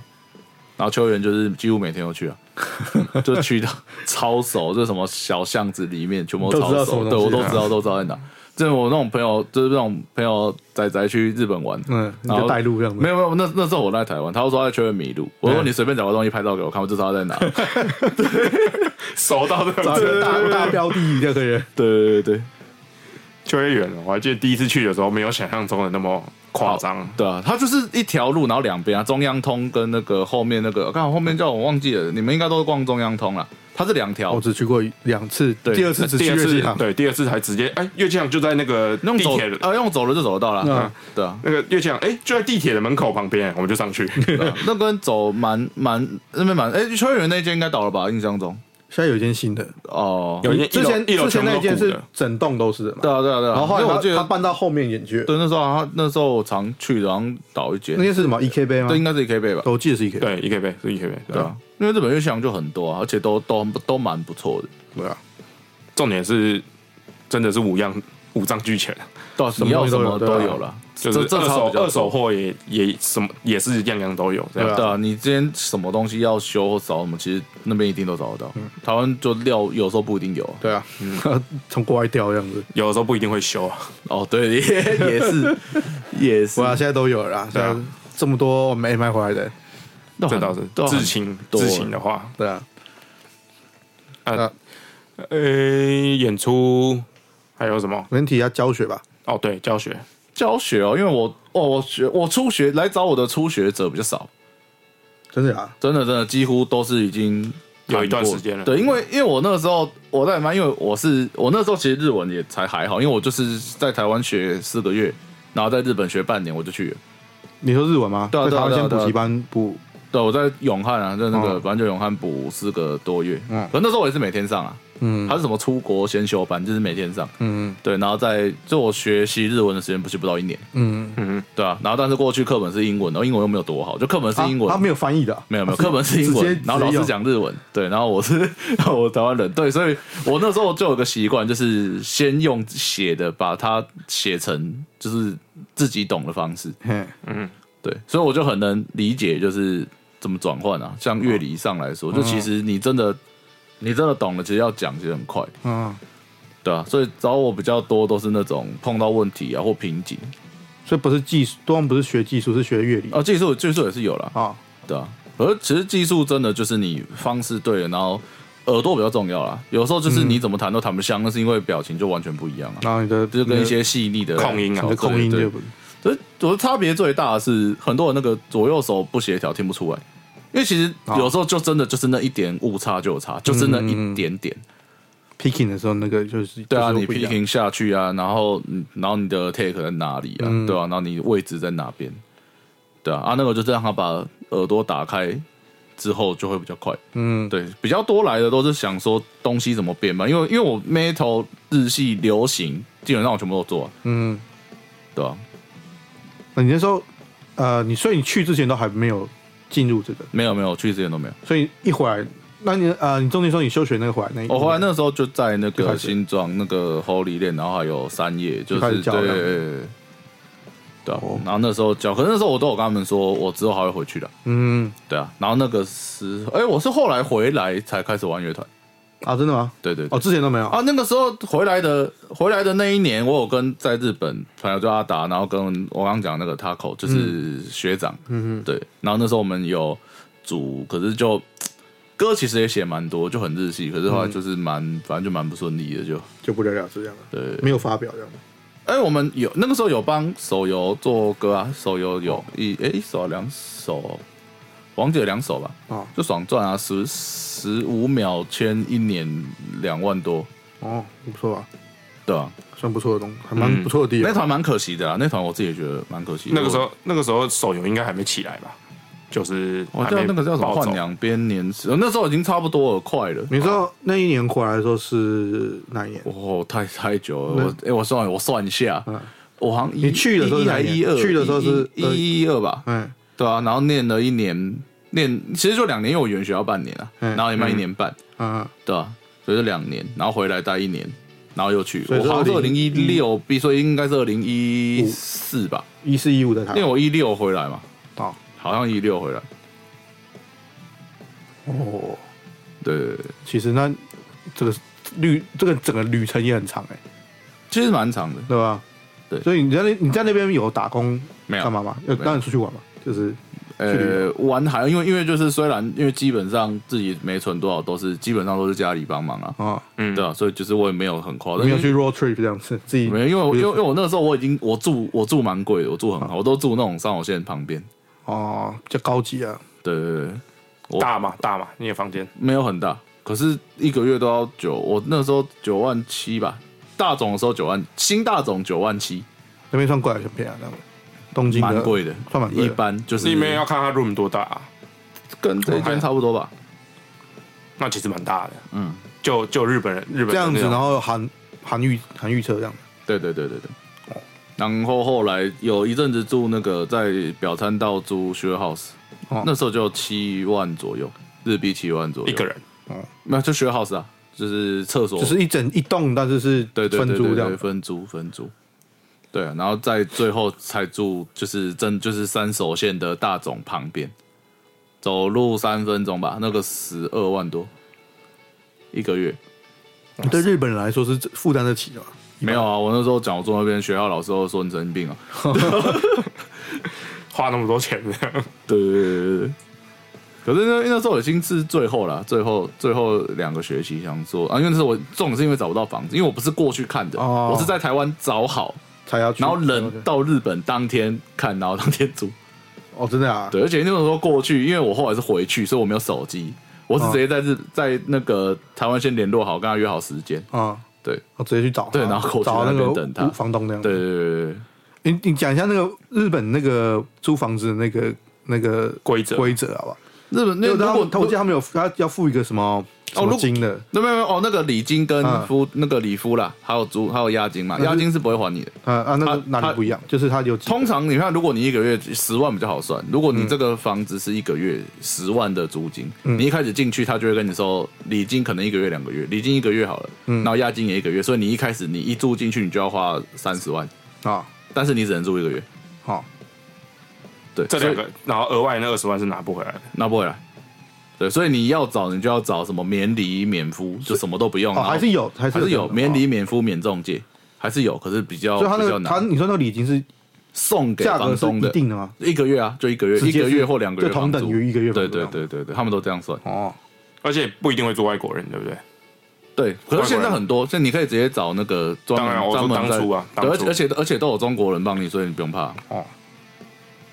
S3: 然后秋园就是几乎每天 都去啊，就去到超熟，就什么小巷子里面全部
S2: 都知道
S3: 超
S2: 什么东
S3: 熟，对我
S2: 西
S3: 都
S2: 啊
S3: 知道，都知道在哪。就是我那种朋友，就是那种朋友仔仔去日本玩，
S2: 嗯，你
S3: 然后
S2: 就带路这样子，
S3: 没有没有，那那时候我在台湾，他就说他在秋园迷路，我说你随便找个东西拍照给我看，我就知道 他在哪。
S1: 熟到
S2: 找
S1: 的
S2: 一个大大标的就可以了。
S3: 对对对
S1: 秋叶原，我还记得第一次去的时候，没有想象中的那么夸张。
S3: 对啊，它就是一条路，然后两边啊，中央通跟那个后面那个，啊刚好后面叫我忘记了，你们应该都是逛中央通啦，它是两条
S2: 哦我，只去过两次，
S3: 对
S2: 第二次只去
S1: 第二
S2: 月季
S1: 次
S2: 堂，
S1: 对，第二次才直接哎，乐器行就在那个
S3: 用
S1: 地
S3: 啊走
S1: 铁的
S3: 呃用走的就走得到啦。
S2: 嗯
S3: 对啊，
S1: 那个乐器行，哎，就在地铁的门口旁边，我们就上去。
S3: 对啊那跟走蛮蛮那边蛮哎，秋叶原那间应该倒了吧？印象中
S2: 现在有一间新的，
S3: 哦，
S1: 有一间
S2: 之前
S1: 一楼
S2: 之前那
S1: 全
S2: 间
S1: 部都
S2: 是
S1: 鼓的
S2: 整栋都是的嘛，
S3: 对啊对啊对啊，
S2: 然后后
S3: 因为我
S2: 来
S3: 记
S2: 他他
S3: 得
S2: 搬到后面演去，
S3: 对那时候啊他那时候我常去，然后倒一间
S2: 那，间是什么 EK 杯吗
S3: 这？应该是 K 杯吧？
S2: 我记得是 E EK，
S1: 对，一 K 杯是一 K 杯，
S3: 对啊，因为日本乐器行就很多啊，而且都都都蛮不错的，
S2: 对啊，
S1: 重点是真的是五样五脏俱全，
S3: 对啊，你要什
S2: 什
S3: 么
S2: 么东西都有
S3: 都
S2: 对啊
S3: 有啦，
S1: 就是
S3: 这
S1: 二
S3: 这超
S1: 手
S3: 比较多
S1: 二手货也也什么也是样样都有这样。
S3: 对啊，你今天什么东西要修或找什么，其实那边一定都找得到。台湾就料有时候不一定有啊、
S2: 嗯对啊，从国外调这样子，
S1: 有的时候不一定会修啊，
S3: 哦，对，也也是也是
S2: 对，啊，现在都有了啦，现
S1: 对啊
S2: 在这么多我们 A 卖回来的，
S3: 都
S1: 这
S3: 很
S1: 倒是
S3: 都很
S1: 自情
S3: 多啊
S1: 自情的话，啊
S2: 对啊，
S1: 呃，演出还有什么？
S2: 问题要教学吧，
S1: 哦，对，教学，
S3: 教学哦，因为我哦我学我初学来找我的初学者比较少，
S2: 真的啊，
S3: 真的真的几乎都是已经
S1: 有一段
S3: 谈过
S1: 时间了
S3: 对，因为因为我那个时候我在蛮，因为我是我那时候其实日文也才还好，因为我就是在台湾学四个月，然后在日本学半年我就去了。
S2: 你说日文吗？
S3: 对啊
S2: 在
S3: 对啊
S2: 台湾
S3: 对啊
S2: 先
S3: 对啊
S2: 补习班补，
S3: 对，我在永汉啊，在那个反正就永汉补四个多月，嗯
S2: 嗯，
S3: 可那时候我也是每天上啊，
S2: 嗯
S3: 他是什么出国先修班，就是每天上，
S2: 嗯
S3: 对，然后再就我学习日文的时间不是不到一年，
S2: 嗯，
S1: 嗯，
S3: 对啊，然后但是过去课本是英文，然后英文又没有多好，就课本是英文，
S2: 啊他没有翻译的啊，
S3: 没有没有课本是英
S2: 直
S3: 文
S2: 接，
S3: 然后
S2: 直接
S3: 老师
S2: 用
S3: 讲日文，对，然后我是 然后我台湾人，对，所以我那时候就有个习惯，就是先用写的把它写成就是自己懂的方式，
S2: 嘿，
S3: 对，所以我就很能理解，就是怎么转换啊。像乐理上来
S1: 嗯
S3: 说，就其实你真的，你真的懂了，其实要讲其实很快，
S2: 嗯，
S3: 对啊。所以找我比较多都是那种碰到问题啊或瓶颈，
S2: 所以不是技术，多半不是学技术，是学乐理
S3: 哦，技术技术也是有啦，
S2: 啊，
S3: 对啊。而其实技术真的就是你方式对了，然后耳朵比较重要啦。有时候就是
S1: 嗯
S3: 你怎么弹都弹不像，那是因为表情就完全不一样啊。
S2: 然后你的
S3: 就跟一
S2: 你
S3: 些细腻的
S1: 控音啊
S2: 的你的
S3: 对
S2: 空音
S3: 对
S2: 就不
S3: 所以我的差别最大的是，很多人那个左右手不协调听不出来，因为其实有时候就真的就是那一点误差就有差，就是那一点点。
S2: picking 的时候，那个就是
S3: 对啊，
S2: 就是
S3: 你
S2: 不一样
S3: picking 下去啊，然后嗯然后你的 take 在哪里啊？对啊，然后你位置在哪边？对啊，啊那个就是让他把耳朵打开之后就会比较快。
S2: 嗯，
S3: 对，比较多来的都是想说东西怎么变嘛，因为因为我 metal 日系流行基本上我全部都做、啊，
S2: 嗯，
S3: 对啊，
S2: 那你那时候，呃，你所以你去之前都还没有进入这个，
S3: 没有没有去之前都没有。
S2: 所以一回来，那你呃，你中间说你休学那个回来，那一
S3: 我哦后来那时候就在那
S2: 嗯就
S3: 个
S2: 开始
S3: 新庄那个 Holy 店，然后还有三叶，就
S2: 就开
S3: 是
S2: 始
S3: 对
S2: 教了
S3: 对啊
S2: 哦
S3: 然后那时候教，可是那时候我都有跟他们说，我之后还会回去的，
S2: 嗯
S3: 对啊。然后那个时，哎、我是后来回来才开始玩乐团，
S2: 啊，真的吗？
S3: 对对对。
S2: 哦，之前都没有
S3: 啊，那个时候回来的，回来的那一年，我有跟在日本朋友叫阿达，然后跟我刚刚讲那个 Taco 就是学长，嗯嗯，对，然后那时候我们有组，可是就歌其实也写蛮多，就很日系，可是后来就是蛮，反正就蛮不顺利的，就
S2: 就不了了之这样了，
S3: 对。
S2: 没有发表这样的。
S3: 哎、我们有那个时候有帮手游做歌啊，手游有一哎、一首两首，王姐两首吧，
S2: 哦
S3: 就爽赚啊，十十五秒签一年两万多，
S2: 哦，不错啊，
S3: 对啊，
S2: 算不错的东，还蛮不错的地
S3: 那
S2: 方。
S3: 团蛮可惜的啊，那团我自己也觉得蛮可惜的。
S1: 那个时候那个时候手游应该还没起来吧？就是
S3: 我，我
S1: 还
S3: 叫
S1: 没
S3: 哦那个叫什么
S1: 暴
S3: 换
S1: 走
S3: 两边年史，呃那时候已经差不多了，快了。
S2: 你知道那一年回来的时候是哪一年？
S3: 哦，太太久了，我哎、我算我算一下，我好像
S2: 嗯
S3: 一
S2: 你去的时候
S3: 一
S2: 是
S3: 还
S2: 哪一年
S3: 一二，
S2: 去的时候是
S3: 一一一一二吧，
S2: 嗯，
S3: 对啊，然后念了一年，念其实就两年，因为我原学校半年啊，
S2: 嗯
S3: 然后也卖一年半，
S2: 啊，
S3: 对啊，就是两年，然后回来待一年，然后又去。
S2: 所以
S3: 我
S2: 是
S3: 好像是二零一六
S2: 2016
S3: 毕，所以应该是二零一四吧，
S2: 一四一五在台
S3: 因为
S2: 湾
S3: 我一六回来嘛，
S2: 啊，
S3: 好像一六回来。
S2: 哦，
S3: 对对对，
S2: 其实那这个旅这个整个旅程也很长哎、
S3: 其实蛮长的，
S2: 对吧？
S3: 对
S2: 所以你在那你在那边有打工
S3: 没有
S2: 干嘛吗？要
S3: 没有
S2: 当然出去玩嘛，就是去旅
S3: 呃，玩还因为因为就是虽然因为基本上自己没存多少，都是基本上都是家里帮忙啊，
S2: 啊，
S1: 嗯
S3: 对啊，所以就是我也没有很夸张，
S2: 哦没有
S3: 因为
S2: 去 road trip 这样子，自己
S3: 没有，因为我
S2: 不
S3: 因
S2: 是
S3: 为因为我那个时候我已经我住我住蛮贵的，我住很好，我都住那种三好线旁边。
S2: 哦，比较高级啊，
S3: 对对对，我
S1: 大嘛大嘛，你的房间
S3: 没有很大，可是一个月都要九，我那时候九万七吧，大总的时候九万，新大总九万七，
S2: 那边算贵还是便宜啊？这样子，东京的
S3: 蛮贵的，
S2: 算蛮贵
S3: 一
S2: 的
S3: 般就是
S1: 你们要看它 room 多大、啊，
S3: 跟这一间差不多吧。
S1: 那其实蛮大的。
S3: 嗯，
S1: 就就日本人日本
S2: 这样子，然
S1: 后
S2: 后韩韩预韩预测这样子，
S3: 对对对对对。然后后来有一阵子住那个在表参道租 share house，、
S2: 哦
S3: 那时候就七万左右，日币七万左右
S1: 一个人
S3: 没有就 share house 啊，就是厕所
S2: 就是一整一栋，但是是
S3: 对对
S2: 分
S3: 对
S2: 租
S3: 对
S2: 这
S3: 对，
S2: 样子，
S3: 分租分租。对啊，然后在最后才住，就是真就是三手线的大总旁边，走路三分钟吧，那个十二万多一个月。
S2: 对日本人来说是负担得起的嘛。
S3: 没有啊，我那时候讲我坐那边，学校老师都说你神经病啊。
S1: 花那么多钱，
S3: 对对对对对。可是那那时候已经是最后了，最后最后两个学期想说啊，因为那时候我重点是因为找不到房子，因为我不是过去看的，
S2: 哦
S3: 我是在台湾找好，
S2: 才要去，
S3: 然后人到日本当天看，然后当天租。
S2: 哦，真的啊，
S3: 对，而且那时候过去，因为我后来是回去，所以我没有手机，
S2: 哦
S3: 我是直接在日、在那个台湾先联络好，跟他约好时间。
S2: 啊，
S3: 对，
S2: 我直接去找，
S3: 对然后口
S2: 找
S3: 去那
S2: 那
S3: 边
S2: 个
S3: 等他
S2: 房东这样。
S3: 对，对对对
S2: 你你讲一下那个日本那个租房子的那个那个
S1: 规则
S2: 规则好吧？
S3: 对，日本那
S2: 因为他
S3: 如
S2: 们他我
S3: 果哦
S2: 记得他们有他要付一个什么什
S3: 如
S2: 么
S3: 果
S2: 金的，
S3: 那没有没有哦，那个礼金跟
S2: 嗯
S3: 夫、那个礼夫啦，还有租还有押金嘛，
S2: 是
S3: 押金是不会还你的。
S2: 啊啊，那个
S3: 他
S2: 哪里不一样？就是他有几
S3: 通常你看，如果你一个月十万比较好算，如果你这个房子是一个月十万的租金，你一开始进去，他就会跟你说礼金可能一个月两个月，礼金一个月好了，然后押金也一个月，所以你一开始你一住进去，你就要花三十万，
S2: 啊，
S3: 但是你只能住一个月。
S2: 好，
S3: 对，
S1: 这两
S3: 所以
S1: 个，然后额外那二十万是拿不回来的。
S3: 拿不回来。对，所以你要找你就要找什么免礼免夫，就什么都不用，
S2: 哦，
S3: 然后
S2: 还是有还
S3: 还是
S2: 是
S3: 有免礼
S2: 礼，
S3: 免夫免中介，还是有，可是比较
S2: 所以他那
S3: 比较
S2: 个他
S3: 难
S2: 你说那个礼金是
S3: 送给
S2: 价
S3: 房
S2: 格是
S3: 东
S2: 一
S3: 的。
S2: 定的吗？
S3: 一个月啊，就一个月，
S2: 直
S3: 一
S2: 接
S3: 个
S2: 是
S3: 月或两个月
S2: 就同等
S3: 房租
S2: 于一个月
S3: 对
S2: 房租
S3: 对
S2: 这样
S3: 对对对，他们都这样算。
S2: 哦，
S1: 而且不一定会租外国人，对不对？
S3: 对，可是
S1: 外国
S3: 现在
S1: 人
S3: 很多，现在你可以直接找那个专
S1: 当然
S3: 门
S1: 我说
S3: 专门
S1: 当
S3: 在
S1: 初啊
S3: 对，而
S1: 当初
S3: 且而且而且都有中国人帮你，所以你不用怕。
S2: 哦，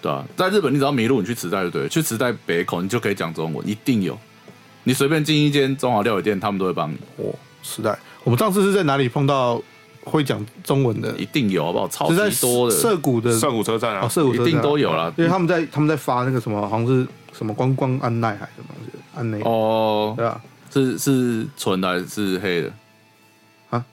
S3: 对啊，在日本你只要迷路，你去池袋就对了，去池袋北口你就可以讲中文，一定有。你随便进一间中华料理店，他们都会帮你，
S2: 哦，时代，我们上次是在哪里碰到会讲中文的？
S3: 一定有，好不好？超
S2: 是在
S3: 级多的，
S2: 涩谷的
S1: 涩谷车站啊
S2: 哦，，涩谷
S3: 一
S2: 车站
S3: 定都有啦
S2: 因为他们在他们在发那个什么，好像是什么观光安奈还是什么东西，安奈
S3: 哦，
S2: 对啊，
S3: 是是纯的还是黑的？
S2: 啊，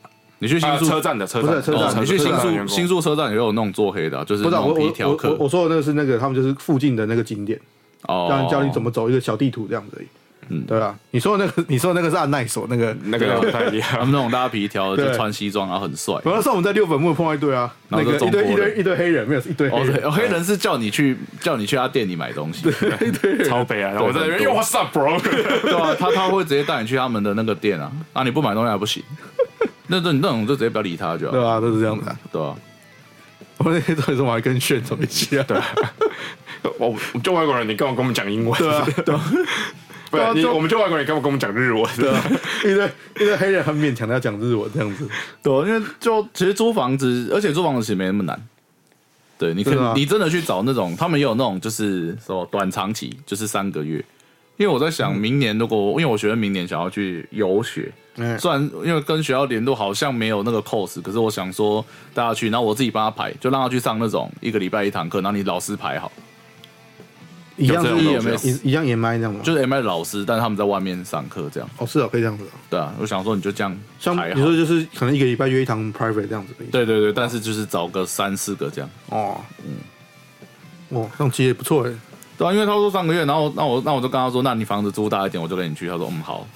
S3: 你去新
S1: 啊
S3: 宿
S1: 车站的车
S2: 不
S1: 站，
S2: 是车站
S3: 哦，你去
S2: 车
S3: 新
S2: 站
S3: 宿新
S1: 宿
S3: 宿车站也有那种做黑的啊，就是
S2: 不是
S3: 那
S2: 啊我
S3: 种皮
S2: 我
S3: 条
S2: 我
S3: 客
S2: 我我说的那个是那个他们就是附近的那个景点，
S3: 哦，
S2: 教教你怎么走一个小地图这样子而已，
S3: 嗯
S2: 对啊，你说的那个 你说的那个是安奈所那个，
S1: 那个不太一
S3: 他
S1: 样，
S3: 们那种拉皮条就
S2: 对
S3: 穿西装，然后很帅。
S2: 我那时候我们在六本木碰到一堆啊，那
S3: 然后
S2: 个
S3: 都中
S2: 一堆一
S3: 国人
S2: 堆一堆黑人，没有是一堆黑
S3: 哦，对，
S2: 人，
S3: 哦黑人是叫你去叫你去他店里买东西，
S1: 超悲哀。
S3: 对
S1: 我在那
S3: 很
S1: 边
S3: 多
S1: What's up, bro？
S3: 对啊，他他会直接带你去他们的那个店啊，啊，你不买东西还不 行，那那那种就直接不要理他就好，
S2: 对啊，都是这样子啊。
S3: 对啊，
S2: 我那天走一走，我还跟炫走一起 啊，对 啊，
S1: 我我们就外国人，你干嘛跟我们讲英文？对啊， 不
S2: 对啊
S1: 是你，
S2: 就
S1: 我们就外国人，你干嘛跟我们讲日文？
S2: 对啊，一堆一堆黑人很勉强的要讲日文这样子，
S3: 对啊，因为就其实租房子，而且租房子其实没那么难。对，你可以
S2: 真的吗
S3: 你真的去啊找那种，他们也有那种就是什么短长期，就是三个月。因为我在想，明年如果因为我学生明年想要去游学，
S2: 嗯
S3: 虽然因为跟学校联络好像没有那个 course，可是我想说大家去，然后我自己帮他排，就让他去上那种一个礼拜一堂课，然后你老师排好，
S2: 一样是
S1: 有
S3: 这种东西啊
S2: 一一样 EMI 这样吗？
S3: 就是 M I 老师，但是他们在外面上课这样。
S2: 哦，是啊，可以这样子啊。
S3: 对啊，我想说你就这样
S2: 像
S3: 排
S2: 你
S3: 好
S2: 说。就是可能一个礼拜约一堂 private 这样子而已。
S3: 对对对，但是就是找个三四个这样。
S2: 哦，嗯，哦，这样其实也不错哎。
S3: 对啊，因为他说 上个月，然后那我那我就跟他说，那你房子租大一点，我就跟你去。他说嗯好。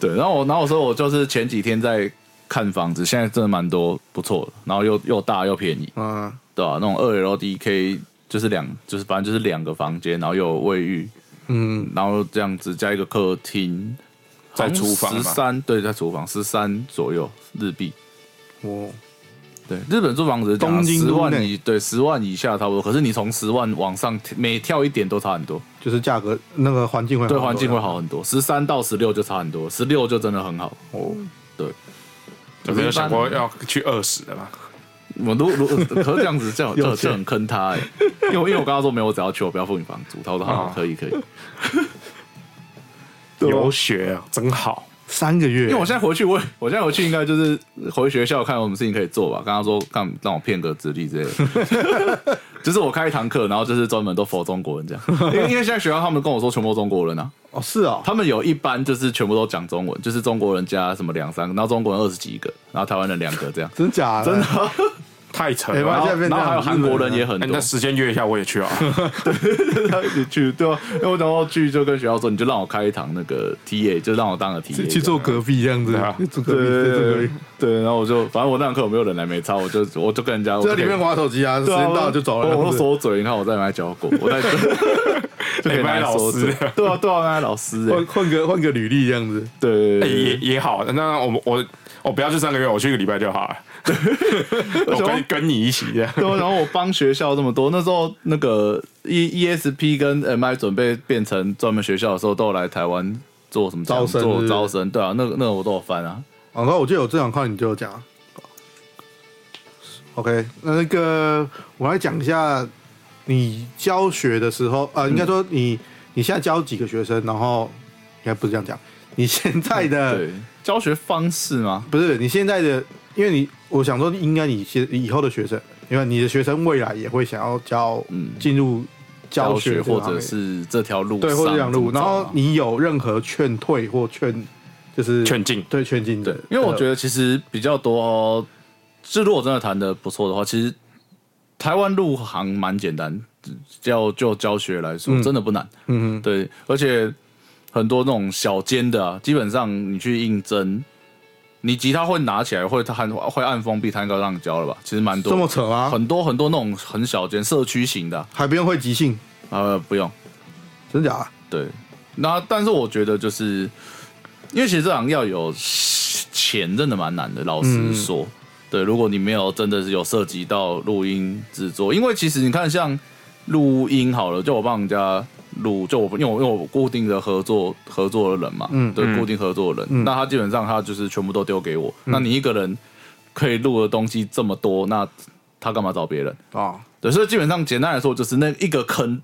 S3: 对，然后我，然后我说我就是前几天在看房子，现在真的蛮多不错的，然后又又大又便宜，
S2: 嗯，
S3: 对啊吧、那种二 LDK 就是两，就是反正就是两个房间，然后又有卫浴，
S2: 嗯，
S3: 然后这样子加一个客厅，
S1: 在厨房
S3: 十
S1: 嘛
S3: 三对，在厨房十三左右日币。
S2: 我
S3: 对，日本租房子
S2: 东京
S3: 十
S2: 都内
S3: 万以对十万以下差不多，可是你从十万往上每跳一点都差很多，
S2: 就是价格那个环境会好
S3: 对环境会好很多。十三到十六就差很多，十六就真的很好。
S2: 哦，
S1: 有没有想过要去二十的嘛？
S3: 我都如可这样子，这样
S2: 有钱
S3: 这这很坑他哎、因为我因为我刚刚说没有，我只要去，我不要付你房租。他说好
S1: 哦，
S3: 可以可以。
S1: 游学啊，真好，
S2: 三个月，
S3: 因为我现在回去，我也我现在回去应该就是回学校看有什么事情可以做吧。刚刚说干让我骗个资历之类的， 就是我开一堂课，然后就是专门都否中国人这样。因为因为现在学校他们跟我说全部都中国人啊，
S2: 哦是哦，。
S3: 他们有一班就是全部都讲中文，就是中国人加什么两三个，然后中国人二十几个，然后台湾人两个这样
S2: 真假真的
S1: 太扯
S2: 哎
S1: 了。然后
S2: 妈
S3: 然后
S2: 现在变
S3: 然后还有
S2: 这样
S3: 韩
S2: 日本
S3: 国
S2: 人
S3: 人
S2: 啊
S3: 啊也很
S1: 哎
S3: 多
S1: 那， 时间约一下，我也去啊。
S3: 一起去对吧、因为我等到去就跟学校说，你就让我开一堂那个 TA，就让我当个 TA
S2: 去
S3: 这样
S2: 去做隔壁这样子
S1: 对啊，
S2: 做隔
S3: 对
S2: 壁，
S3: 对
S2: 做隔
S3: 对
S2: 壁，
S3: 对，然后我就反正我那堂课有没有人来没差，我就我就跟人家
S2: 就在里面
S3: 我
S2: 划手机啊，时
S3: 就可以
S2: 间到了就走了，
S3: 我我都
S2: 这样
S3: 缩嘴，你看我在拿教过，我在就可以拿来缩嘴
S1: 哎麦老师，
S3: 对啊对啊，拿来老师
S2: 子
S3: 哎
S2: 换，换个换个履历这样子，
S3: 对对
S1: 哎
S3: 对
S1: 也也好，那我我我不要去三个月，我去一个礼拜就好 了。我跟跟你一起这样。
S3: 对啊，然后我帮学校这么多，那时候那个 E ESP 跟 MI 准备变成专门学校的时候，都有来台湾做什么讲
S2: 招生是不
S3: 做
S2: 是
S3: 招生，对啊，那个那个我都有翻啊，
S2: 广哦告我记得我这场看你就有讲。OK，那那个我来讲一下，你教学的时候，呃，应该说你你现在教几个学生，然后应该不是这样讲，你现在的
S3: 对，教学方式吗？
S2: 不是你现在的，因为你我想说，应该你现以后的学生，因为你的学生未来也会想要教
S3: 嗯
S2: 进入教学这
S3: 或
S2: 行
S3: 者
S2: 业
S3: 是这条路
S2: 对或者
S3: 上
S2: 两路，
S3: 怎么
S2: 然
S3: 走啊
S2: 后你有任何劝退或劝就是
S1: 劝进
S2: 对劝进
S3: 对
S2: 的，，
S3: 因为我觉
S2: 得
S3: 得其实比较多，就如果真的谈的不错的话，其实台湾入行蛮简单，教就教学来说、真的不难。
S2: 嗯哼
S3: 对，而且很多那种小间的啊，基本上你去应征，你吉他会拿起来，会弹会按封闭弹高让你教了吧？其实蛮
S2: 这么
S3: 多，
S2: 扯吗？
S3: 很多很多那种很小间社区型的啊、
S2: 还不用会即兴，
S3: 呃，不用。
S2: 真假？
S3: 对，那但是我觉得就是，因为其实这行要有钱，真的蛮难的。老
S1: 嗯
S3: 实说，对，如果你没有真的是有涉及到录音制作，因为其实你看像录音好了，就我帮人家录，就我因为我因为我固定的合作合作的人嘛，
S2: 嗯
S3: 对，
S1: 嗯
S3: 固定合作的人，那他基本上他就是全部都丢给我。那你一个人可以录的东西这么多，那他干嘛找别人？
S2: 哦，
S3: 对，所以基本上简单来说，就是那一个坑，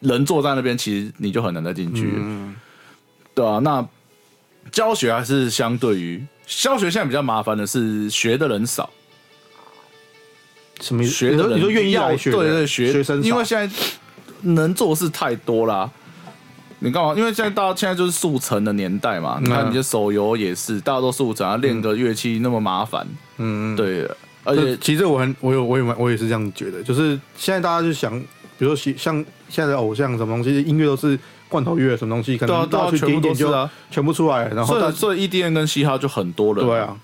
S3: 人坐在那边，其实你就很难再进去了。对啊，那教学还是相对于教学现在比较麻烦的是学的人少，
S2: 什么意思？
S3: 学
S2: 你
S3: 的
S2: 说
S3: 人
S2: 你说愿意
S3: 要
S2: 来学的
S3: 对对学
S2: 学生少，
S3: 因为现在能做的事太多啦。你干嘛？因为现在大家现在就是速成的年代
S2: 嗯
S3: 嘛，你看你的手游也是，大家都速成，啊，练个乐器那么麻烦，
S2: 嗯，
S3: 对，而
S2: 对，
S3: 且
S2: 其实我很我有我也蛮我也是这样觉得，就是现在大家就想，比如说喜像现在的偶像什么东西，音乐都是罐头乐什么东西，可
S3: 对啊
S2: 能
S3: 对啊
S2: 到去点一点
S3: 全部都是
S2: 就
S3: 啊
S2: 全部出来了，然后
S3: 所
S2: 大
S3: 以所以 EDM 跟嘻哈就很多人，
S2: 对啊，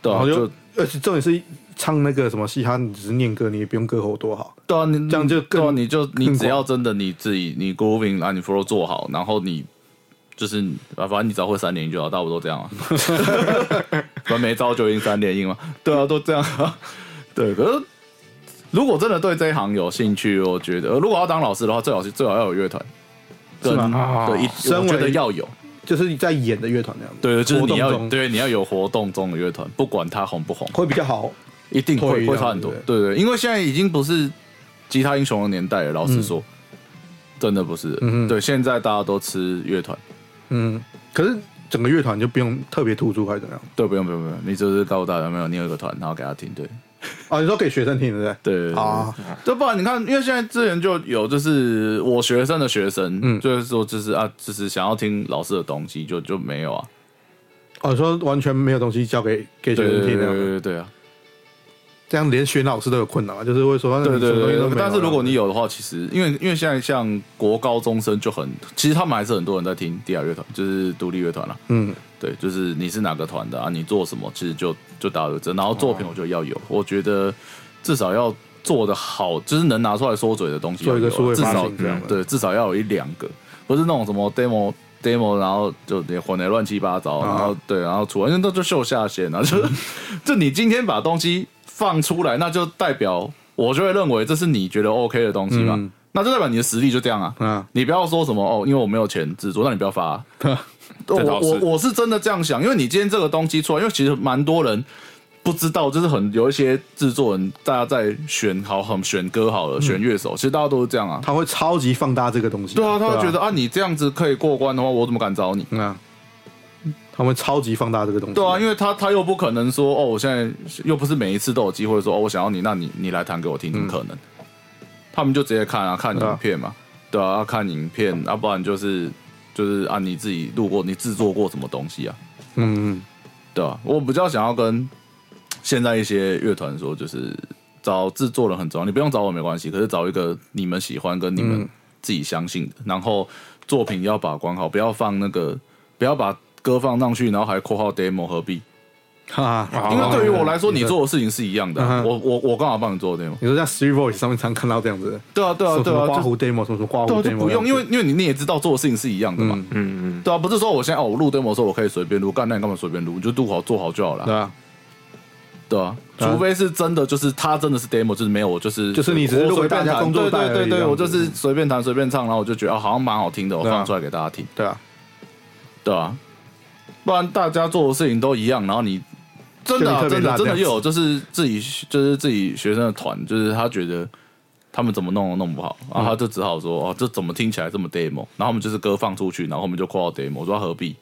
S3: 对
S2: 然
S3: 啊，
S2: 后
S3: 就
S2: 就而且重点是唱那个什么嘻哈，你只是念歌，你也不用歌喉多好，
S3: 对啊，你
S2: 这样就更
S3: 对啊，你就
S2: 更
S3: 你只
S2: 广
S3: 要真的你自己，你 grooving 啊，你 flow 做好，然后你就是啊，反正你只要会三连音就好，大部都这样啊， 反正没招就已经三连音嘛，对啊，都这样啊， 对，可是。如果真的对这一行有兴趣，我觉得，呃如果要当老师的话，最好是最好要有乐团，
S2: 是吗
S1: 啊
S3: 对，一
S2: 身
S3: 我觉得
S2: 为
S3: 要有，
S2: 就是你在演的乐团那样子，
S3: 对，就
S2: 活
S3: 是你
S2: 动
S3: 要
S2: 中
S3: 对你要有活动中的乐团，不管它红不红，
S2: 会比较好。
S3: 一定
S2: 会
S3: 会
S2: 一样
S3: 会差很多
S2: 对，不
S3: 对对，因为现在已经不是吉他英雄的年代了，老实说，真的不是了。
S2: 嗯哼
S3: 对，现在大家都吃乐团，
S2: 嗯，可是整个乐团就不用特别突出还是怎么样？
S3: 对，不用不用不用，你就是告诉大家没有你有一个团，然后给他听，对
S2: 啊，你说给学生听对不对？
S3: 对对对
S2: 啊，
S3: 对，不然你看，因为现在之前就有就是我学生的学生，
S2: 嗯
S3: 就是说就是啊，就是想要听老师的东西，就就没有啊，
S2: 哦，你说完全没有东西交给给学
S3: 对对
S2: 生
S3: 对
S2: 听
S3: 对
S2: 的，
S3: 对对啊，
S2: 这样连选老师都有困难啊，就是会说
S3: 对对对对，但
S2: 但
S3: 是如果你有的话，其实因为因为现在像国高中生就很，其实他们还是很多人在听地下乐团，就是独立乐团啊啦。
S2: 嗯，
S3: 对，就是你是哪个团的啊？你做什么？其实就就大家都知道。然后
S2: 哦
S3: 作品我觉得要有，我觉得至少要做的好，就是能拿出来说嘴的东西要
S2: 做一
S3: 有啊，
S2: 个数位
S3: 至
S2: 发
S3: 少
S2: 行这样的，
S3: 对，至少要有一两个，不是那种什么 demo demo，然后就你混的乱七八糟，
S2: 啊
S3: 然后对，然后出来，那都就秀下限啊， 就就你今天把东西放出来，那就代表我就会认为这是你觉得 OK 的东西嘛，
S2: 嗯
S3: 那就代表你的实力就这样啊，
S2: 嗯
S3: 你不要说什么哦，因为我没有钱制作，那你不要发、啊。我
S1: 这倒是
S3: 我我是真的这样想，因为你今天这个东西出来，因为其实蛮多人不知道，就是很有一些制作人，大家在选好很选歌好了，选乐手，其实大家都是这样啊。
S2: 他会超级放大这个东西，
S3: 对啊，他会觉得啊，你这样子可以过关的话，我怎么敢找你？
S2: 嗯啊，他会超级放大这个东西，
S3: 对啊，因为他他又不可能说哦，我现在又不是每一次都有机会说哦，我想要你，那你你来弹给我听，怎么可能？他们就直接看嗯啊，看
S2: 对啊
S3: 影片嘛，对啊，要看影片，要、不然就是就是啊，你自己录过，你制作过什么东西啊？
S2: 嗯嗯
S3: 对啊，我比较想要跟现在一些乐团说，就是找制作人很重要，你不用找我没关系，可是找一个你们喜欢跟你们自己相信的，然后作品要把关好，不要放那个，不要把歌放上去，然后还括号 demo 何必？
S2: 哈哈，
S3: 啊因为对于我来说，
S2: 你
S3: 你
S2: 说
S3: 做的事情是一样的
S2: 嗯
S3: 啊，
S2: 哼
S3: 我我我刚好帮你做 demo。
S2: 你说在 Three Voice 上面常看到这样子的，
S3: 对啊，对啊，
S2: 什
S3: 对
S2: 么
S3: 啊，
S2: 花
S3: 就
S2: 狐 demo 什么什么花
S3: 对
S2: 狐
S3: 啊，就
S2: demo，
S3: 不用，
S2: 这样子
S3: 因为因为你你也知道做的事情是一样的嘛。
S1: 嗯嗯，
S3: 对啊，不是说我现在哦，我录 demo 的时候我可以随便录，干那你干嘛随便录？你就录好做好就好了啊。
S2: 对啊，
S3: 对啊，
S2: 啊
S3: 除非是真的，就是他真的是 demo，就是没有，我就是
S2: 就是你只是
S3: 我
S2: 录给
S3: 随
S2: 大
S3: 便
S2: 家
S3: 弹
S2: 工作带
S3: 对
S2: 而
S3: 对
S2: 已
S3: 对对，
S2: 这样子
S3: 我就是随便弹随便唱，然后我就觉得、哦、好像蛮好听的，我
S2: 对啊
S3: 放出来给大家听，
S2: 对啊，
S3: 对啊，不然大家做的事情都一样，然后你真的啊、
S2: 就你特别
S3: 真的
S2: 辣
S3: 真的
S2: 这样子
S3: 又有就是自己就是自己学生的团，就是他觉得。他们怎么弄都弄不好，然
S2: 嗯
S3: 后他就只好说：“哦，这怎么听起来这么 demo？” 然后我们就是歌放出去，然后我们就括号 demo，我说何必？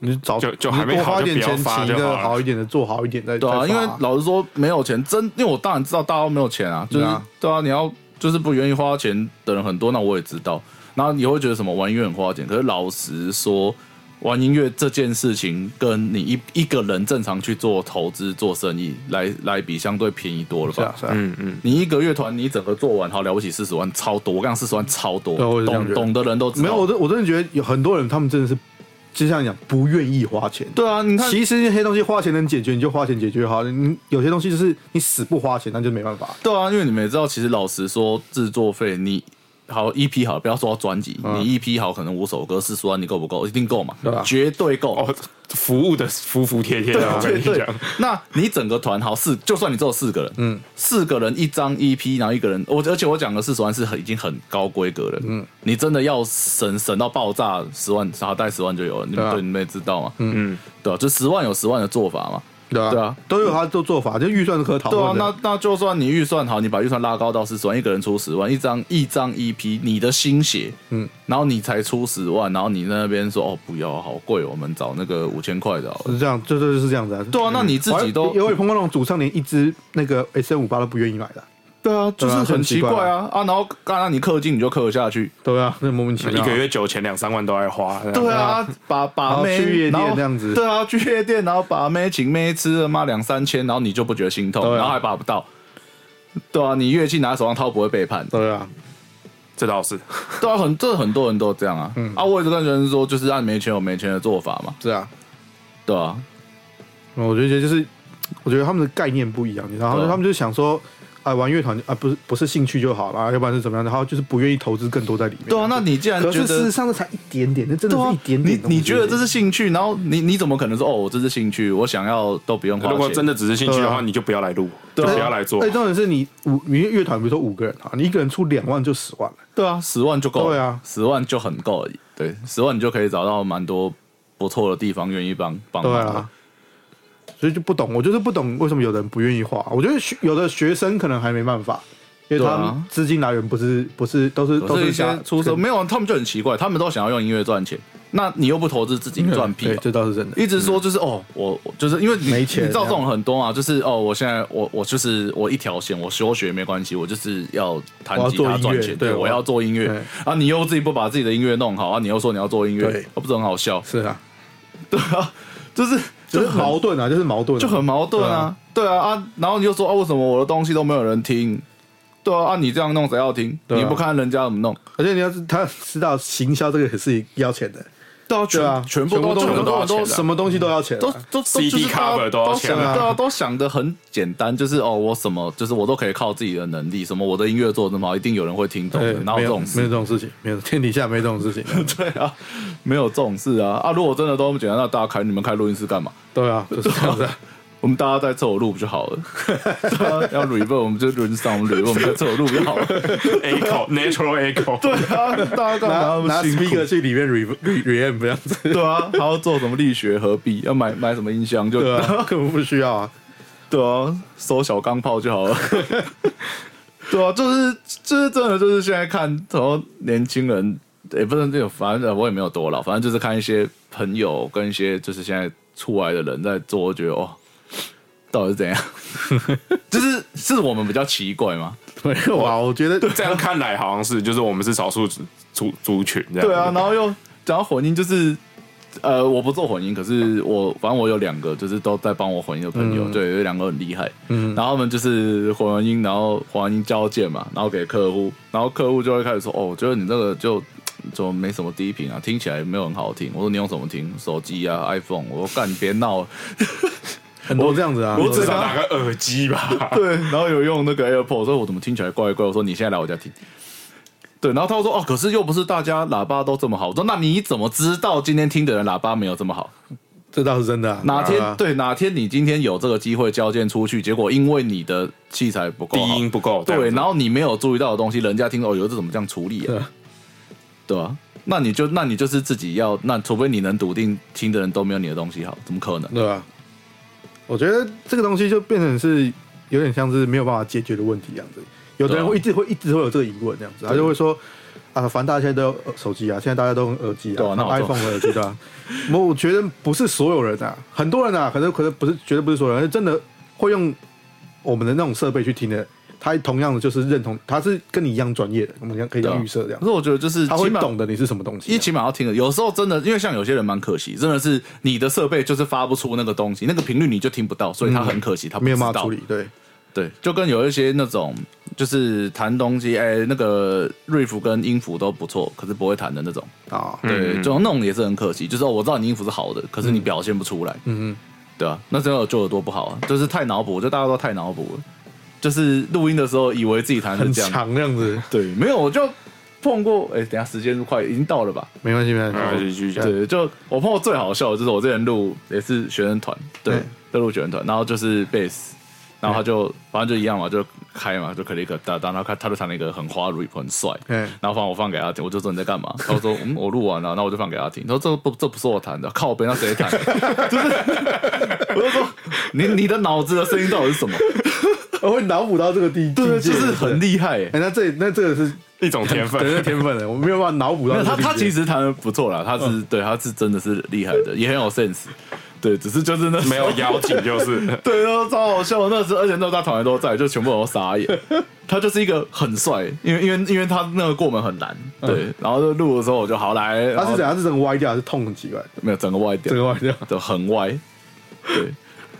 S2: 你找
S1: 就就还没
S2: 你多
S1: 好
S2: 花一
S1: 就
S2: 点
S1: 不要
S2: 钱，
S1: 发
S2: 请一
S1: 就
S2: 个
S1: 好了
S2: 好一点的，做好一点再
S3: 对啊，
S2: 再发
S3: 因为老实说，没有钱真，因为我当然知道大家都没有钱啊，就是
S2: 对啊
S3: 对啊，你要就是不愿意花钱的人很多，那我也知道。然后你会觉得什么玩音乐很花钱，可是老实说，玩音乐这件事情跟你一一个人正常去做投资、做生意来来比，相对便宜多了
S2: 是啊
S3: 吧？
S2: 是啊，
S1: 嗯嗯，
S3: 你一个乐团，你整个做完，好了不起四十万，超多！我刚四十万超多，
S2: 对啊我也是这样觉
S3: 懂
S2: 得
S3: 懂的人都知
S2: 没
S3: 道。
S2: 有，我真我真的觉得有很多人他们真的是就像你讲不愿意花钱，
S3: 对啊，你看，
S2: 其实那些东西花钱能解决，你就花钱解决好了。你有些东西就是你死不花钱，那就没办法。
S3: 对啊，因为你们也知道，其实老实说，制作费你好一批好，不要说专辑，
S1: 嗯
S3: 你一批好可能五首歌四十万，你够不够？一定够嘛，
S2: 对啊
S3: 绝对够。
S1: 哦，服务的服服帖帖
S3: 对
S1: 的，我跟
S3: 对
S1: 你
S3: 对啊
S1: 讲，，
S3: 那你整个团好四，就算你只有四个人，嗯，四个人一张 EP，然后一个人，我而且我讲的四十万是很已经很高规格了，嗯，你真的要省省到爆炸，十万好带十万就有了，你
S2: 对
S3: 们
S2: 啊
S3: 对你们也知道嘛，嗯，对啊，就十万有十万的做法嘛，
S2: 对啊，
S3: 对啊，
S2: 都有他做做法，就预算可讨
S3: 对啊
S2: 论，的。
S3: 那那就算你预算好，你把预算拉高到四十万，一个人出十万，一张一张 EP，你的心血，嗯，然后你才出十万，然后你在那边说哦不要，好贵，我们找那个五千块的好了。
S2: 是这样，就就是这样子啊。
S3: 对啊，那你自
S2: 我还
S3: 己都
S2: 有有碰过那种主唱连一支那个 S N 五八都不愿意买的，
S3: 对啊，就
S2: 对
S3: 是
S2: 啊
S3: 很
S2: 很
S3: 奇
S2: 奇怪啊
S3: 怪啊啊！然后刚刚你氪金你就氪下去，
S2: 对啊，那莫名其
S1: 一
S2: 妙。
S1: 个月九千两三万都爱花，这样
S3: 对啊，把
S2: 然
S3: 把
S2: 后
S3: 妹
S2: 去夜店
S3: 然后
S2: 这样子
S3: 对啊，去夜店然后把妹请妹吃了妈两三千，然后你就不觉得心痛，
S2: 对啊
S3: 然后还把不到。对啊，你乐器拿手上掏不会背叛，
S2: 对啊，
S1: 这倒是，
S3: 对啊，很这很多人都这样啊。
S2: 嗯
S3: 啊，我一直跟学生说，就是按没钱有没钱的做法嘛，
S2: 是啊，
S3: 对啊，
S2: 我就觉得就是，我觉得他们的概念不一样，你知道，他
S3: 对
S2: 们
S3: 啊
S2: 他们就想说，啊，玩乐团啊，不是不是兴趣就好了，要不然是怎么样的，然后就是不愿意投资更多在里面。
S3: 对啊。那你既然
S2: 可
S3: 觉
S2: 是事实
S3: 得，
S2: 上，那才一点点，那真的
S3: 对
S2: 是
S3: 啊
S2: 一，点
S3: 你
S2: 点。
S3: 你觉得这是兴趣，然后你你怎么可能说哦，我这是兴趣，我想要都不用花
S1: 如果
S3: 钱？
S1: 真的只是兴趣的
S2: 对
S1: 话，
S2: 啊
S1: 你就不要来录，就
S3: 对啊
S1: 不要来做
S2: 哎，，重点是你五，你乐团比如说五个人啊，你一个人出两万就十万了，
S3: 对啊，十万就够了，
S2: 对啊
S3: 十万就很够而已，对，十万你就可以找到蛮多不错的地方愿意帮帮
S2: 对
S3: 忙的。
S2: 啊。所以就不懂，我就是不懂为什么有的人不愿意花。我觉得学有的学生可能还没办法，因为他
S3: 对
S2: 们
S3: 啊
S2: 资金来源不是不是都是都
S3: 可是一
S2: 是
S3: 些
S2: 家
S3: 出手没有，他们就很奇怪，他们都想要用音乐赚钱，那你又不投资自己，你赚
S2: 嗯
S3: 屁
S2: 对，
S3: 啊！
S2: 这倒是真的。
S3: 一直说就是、哦，我我就是因为你
S2: 嗯没钱
S3: 你知道这
S2: 这样
S3: 种很多啊，就是哦，我现在我我就是我一条线，我休学没关系，我就是要弹
S2: 我要
S3: 吉
S2: 做
S3: 他
S2: 音乐
S3: 赚钱，
S2: 对
S3: 我
S2: 我
S3: 要做音乐
S2: 对
S3: 啊，你又自己不把自己的音乐弄好啊，你又说你要做音 乐
S2: 对，
S3: 啊不是很好笑？
S2: 是啊，
S3: 对啊，就是
S2: 就是
S3: 很
S2: 矛盾啊，就是矛盾啊，
S3: 就很矛盾啊，对啊啊，然后你就说啊，为什么我的东西都没有人听？对啊，啊你这样弄谁要听？
S2: 对啊
S3: 你不看人家怎么弄？
S2: 而且你要是他知道行销这个也是要钱的，
S3: 对啊，
S2: 对啊
S3: 全，全部都
S2: 全部
S1: 都
S2: 都
S1: 要钱的
S2: 什么东西都要钱啊，
S3: 都都都
S1: CD
S3: 就是
S1: cover 都
S3: 都
S1: 要钱
S3: 想
S1: 啊
S3: 对啊，都想的很简单，就是哦，我什么就是我都可以靠自己的能力，什么我的音乐做得那么好，一定有人会听懂
S2: 对，
S3: 的，
S2: 没
S3: 哪
S2: 有
S3: 有
S2: 没
S3: 这
S2: 有
S3: 种
S2: 这种事
S3: 事？
S2: 情，没有天底下没这种事情，
S3: 对啊，没有这种事啊啊！如果真的都那么简单，那大家开你们开录音室干嘛？
S2: 对啊，就是这样子啊，
S3: 我们大家在厕所录不就好了？ 对啊，要 r e v e r 我们就轮上，我们 r e v e r 我们在厕所录就好了。
S1: echo natural echo，
S3: 对啊，大家干 嘛
S2: 拿
S3: 那么
S2: 拿
S3: 辛苦
S2: speaker 去里面 re re re 这样子，
S3: 对啊， 还要做什么力学何必？要买买什么音箱就
S2: 对 啊，根本不需要啊，
S3: 对啊，收小钢炮就好了。对啊，就是就是真的就是现在看，然后年轻人也不是这种，反正我也没有多老，反正就是看一些朋友跟一些就是现在出来的人在做，我觉得哦，到底是怎样？就是是我们比较奇怪吗？
S2: 没有啊，我觉得
S1: 这样看来好像是，就是我们是少数族族族群这样。
S3: 对啊，然后又讲到混音，就是呃，我不做混音，可是我反正我有两个就是都在帮我混音的朋
S1: 嗯
S3: 友，对，有两个很厉害，嗯，然后他们就是混完音，然后混完音交件嘛，然后给客户，然后客户就会开始说，哦，我觉得你这个就。怎么没什么低频啊？听起来没有很好听。我说你用什么听？手机啊，iPhone。我说干，你别闹了。
S2: 很多这样子啊，
S1: 我
S2: 很
S1: 至
S2: 多这
S1: 少
S2: 样
S1: 拿个耳机吧。
S3: 对，然后有用那个 AirPod，我说我怎么听起来怪怪？我说你现在来我家听。对，然后他说哦，可是又不是大家喇叭都这么好。我说那你怎么知道今天听的人喇叭没有这么好？
S2: 这倒是真的啊，
S3: 哪天、
S2: 啊
S3: 对哪天你今天有这个机会交件出去，结果因为你的器材不 够
S1: 低
S3: 好
S1: 音不够，这样
S3: 对，
S1: 子
S3: 然后你没有注意到的东西，人家听哦，有这怎么这样处理
S2: 对
S3: 啊？
S2: 啊
S3: 对啊，那你就那你就是自己要，那除非你能笃定听的人都没有你的东西好，怎么可能？
S2: 对吧？我觉得这个东西就变成是有点像是没有办法解决的问题一样子。有的人会一直会一直会有这个疑问这样子，他就会说啊，反正大家现在都有手机啊，现在大家都用耳机
S3: 对啊
S2: 啊，
S3: 那我懂
S2: iPhone 和耳机对吧、我我觉得不是所有人啊，很多人啊，可能可能不是绝对不是所有人，而是真的会用我们的那种设备去听的。他同样的就是认同，他是跟你一样专业的，我们可以
S3: 对啊
S2: 预设这样
S3: 可，是我觉得就是
S2: 他会
S3: 起码
S2: 懂得你是什么东西
S3: 因
S2: 啊、
S3: 为起码要听的，有时候真的，因为像有些人蛮可惜，真的是你的设备就是发不出那个东西，那个频率你就听不到，所以他很可惜，他不
S2: 嗯没有
S3: 知
S2: 办法
S3: 道
S2: 处。理，对，
S3: 对，就跟有一些那种就是弹东西，哎、那个瑞符跟音符都不错，可是不会弹的那种，
S2: 啊，
S3: 对，
S1: 嗯
S3: 就那种也是很可惜。就是哦我知道你音符是好的，可是你表现不出来，
S2: 嗯
S3: 对啊，那真的就耳朵不好啊，就是太脑补，就大家都太脑补了，就是录音的时候以为自己
S2: 哼，
S3: 弹是
S2: 很
S3: 这样，
S2: 长这样子，
S3: 对，没有我就碰过，哎、等一下时间快已经到了吧？
S2: 没关系，没
S1: 然后
S2: 关系
S1: 嗯就，去讲，
S3: 对，就我碰到最好笑的就是我之前录也是学生团，对
S2: 嗯，
S3: 在录学生团，然后就是贝斯，然后他就反正就一样嘛，就开嘛，就可了一个哒哒，然后他他就弹了一个很花 rap 很帅，
S2: 嗯
S3: 然后放我放给他听，我就说你在干嘛？他说嗯我录完了，然后我就放给他听，他说这不这不是我弹的，靠边，那谁弹的？ 就是我就说你你的脑子的声音到底是什么？
S2: 我会脑补到这个地
S3: 对，嗯
S2: 境界
S3: 就是很厉害欸耶、
S2: 哎、那这那这个是
S1: 一种天
S2: 可能
S1: 分
S2: 是。天 分的，我没有办法脑补
S3: 没
S2: 到
S3: 有
S2: 这个
S3: 他，
S2: 境界。
S3: 他其实弹的不错啦，他是、对，他是真的是厉害的，也很有 sense，对，只是就是那时候
S1: 没 有邀请就是，
S3: 对，然后超好笑。那时候，而且那时候他团员都在，就全部人都 傻眼。他就是一个很帅，因为因为因为他那个过门很难，对。然后就录的时候我就好来，
S2: 嗯
S3: 然
S2: 他
S3: 后
S2: 是怎样？他是整个歪掉，还是痛很奇怪，
S3: 没有整个歪掉
S2: 整，个歪掉。
S3: 就很歪，对。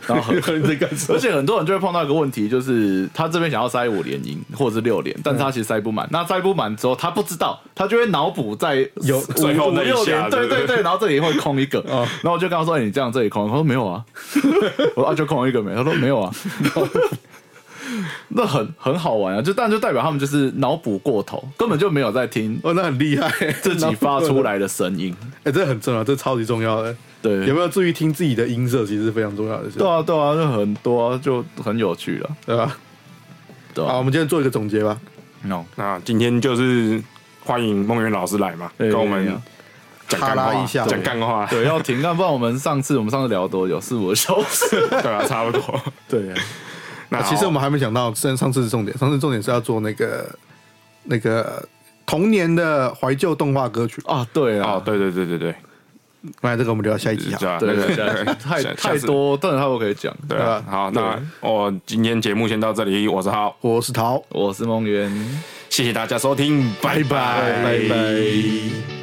S3: 然后很，
S2: 你在干什
S3: 而
S2: 么？
S3: 且很多人就会碰到一个问题，就是他这边想要塞五连音或者是六连，但是他其实塞不满。那塞不满之后，他不知道，他就会脑补在
S2: 有
S1: 最后
S3: 五
S1: 那一
S3: 六
S1: 下
S3: 连，对
S1: 对
S3: 对
S1: 不对
S3: 对，然后这里会空一个，然后我就跟他说：“哎，你这样这里空。”他说：“没有啊。”我说：“啊，就空一个没？”他说：“没有啊。” 那很很好玩啊，就但就代表他们就是脑补过头，根本就没有在听
S2: 哦，那很厉害、
S3: 自己发出
S2: 来，
S3: 来的声音。
S2: 哎、这很重要，这超级重要的。
S3: 对，
S2: 有没有注意听自己的音色，其实是非常重要的事，
S3: 对啊，对啊，就很多啊，就很有趣了，
S2: 对吧？
S3: 对
S2: 好，
S3: 啊
S2: 我们今天做一个总结吧。
S3: no，
S1: 那今天就是欢迎梦圆老师来嘛，
S3: 对
S1: 跟我
S3: 对
S1: 们
S3: 啊
S1: 讲
S2: 哈
S1: 干
S2: 拉
S1: 话，
S2: 一下
S1: 讲干话，
S3: 对，要停啊，不然我们上次我们上次聊多久？四五个小时。
S1: 对啊，差不多。
S3: 对、啊，
S1: 那
S2: 其实我
S1: 们
S2: 们还没讲到，上上次的重点，上次重点是要做那个那个童年的怀旧动画歌曲。
S3: 啊，对啊，
S1: 哦，对对对对对，
S2: 那这个我们留到下一集
S1: 是
S2: 好。
S1: 啊，
S3: 对
S1: 那
S3: 对
S1: 个
S3: 对，太
S1: 下
S3: 太。
S1: 下次
S3: 多，但是他我可以讲。
S1: 对啊，
S2: 对
S1: 好，那我今天节目先到这里，我是浩，
S2: 我是陶，
S3: 我是梦圆，
S1: 谢谢大家收听，拜
S2: 拜
S3: 拜拜。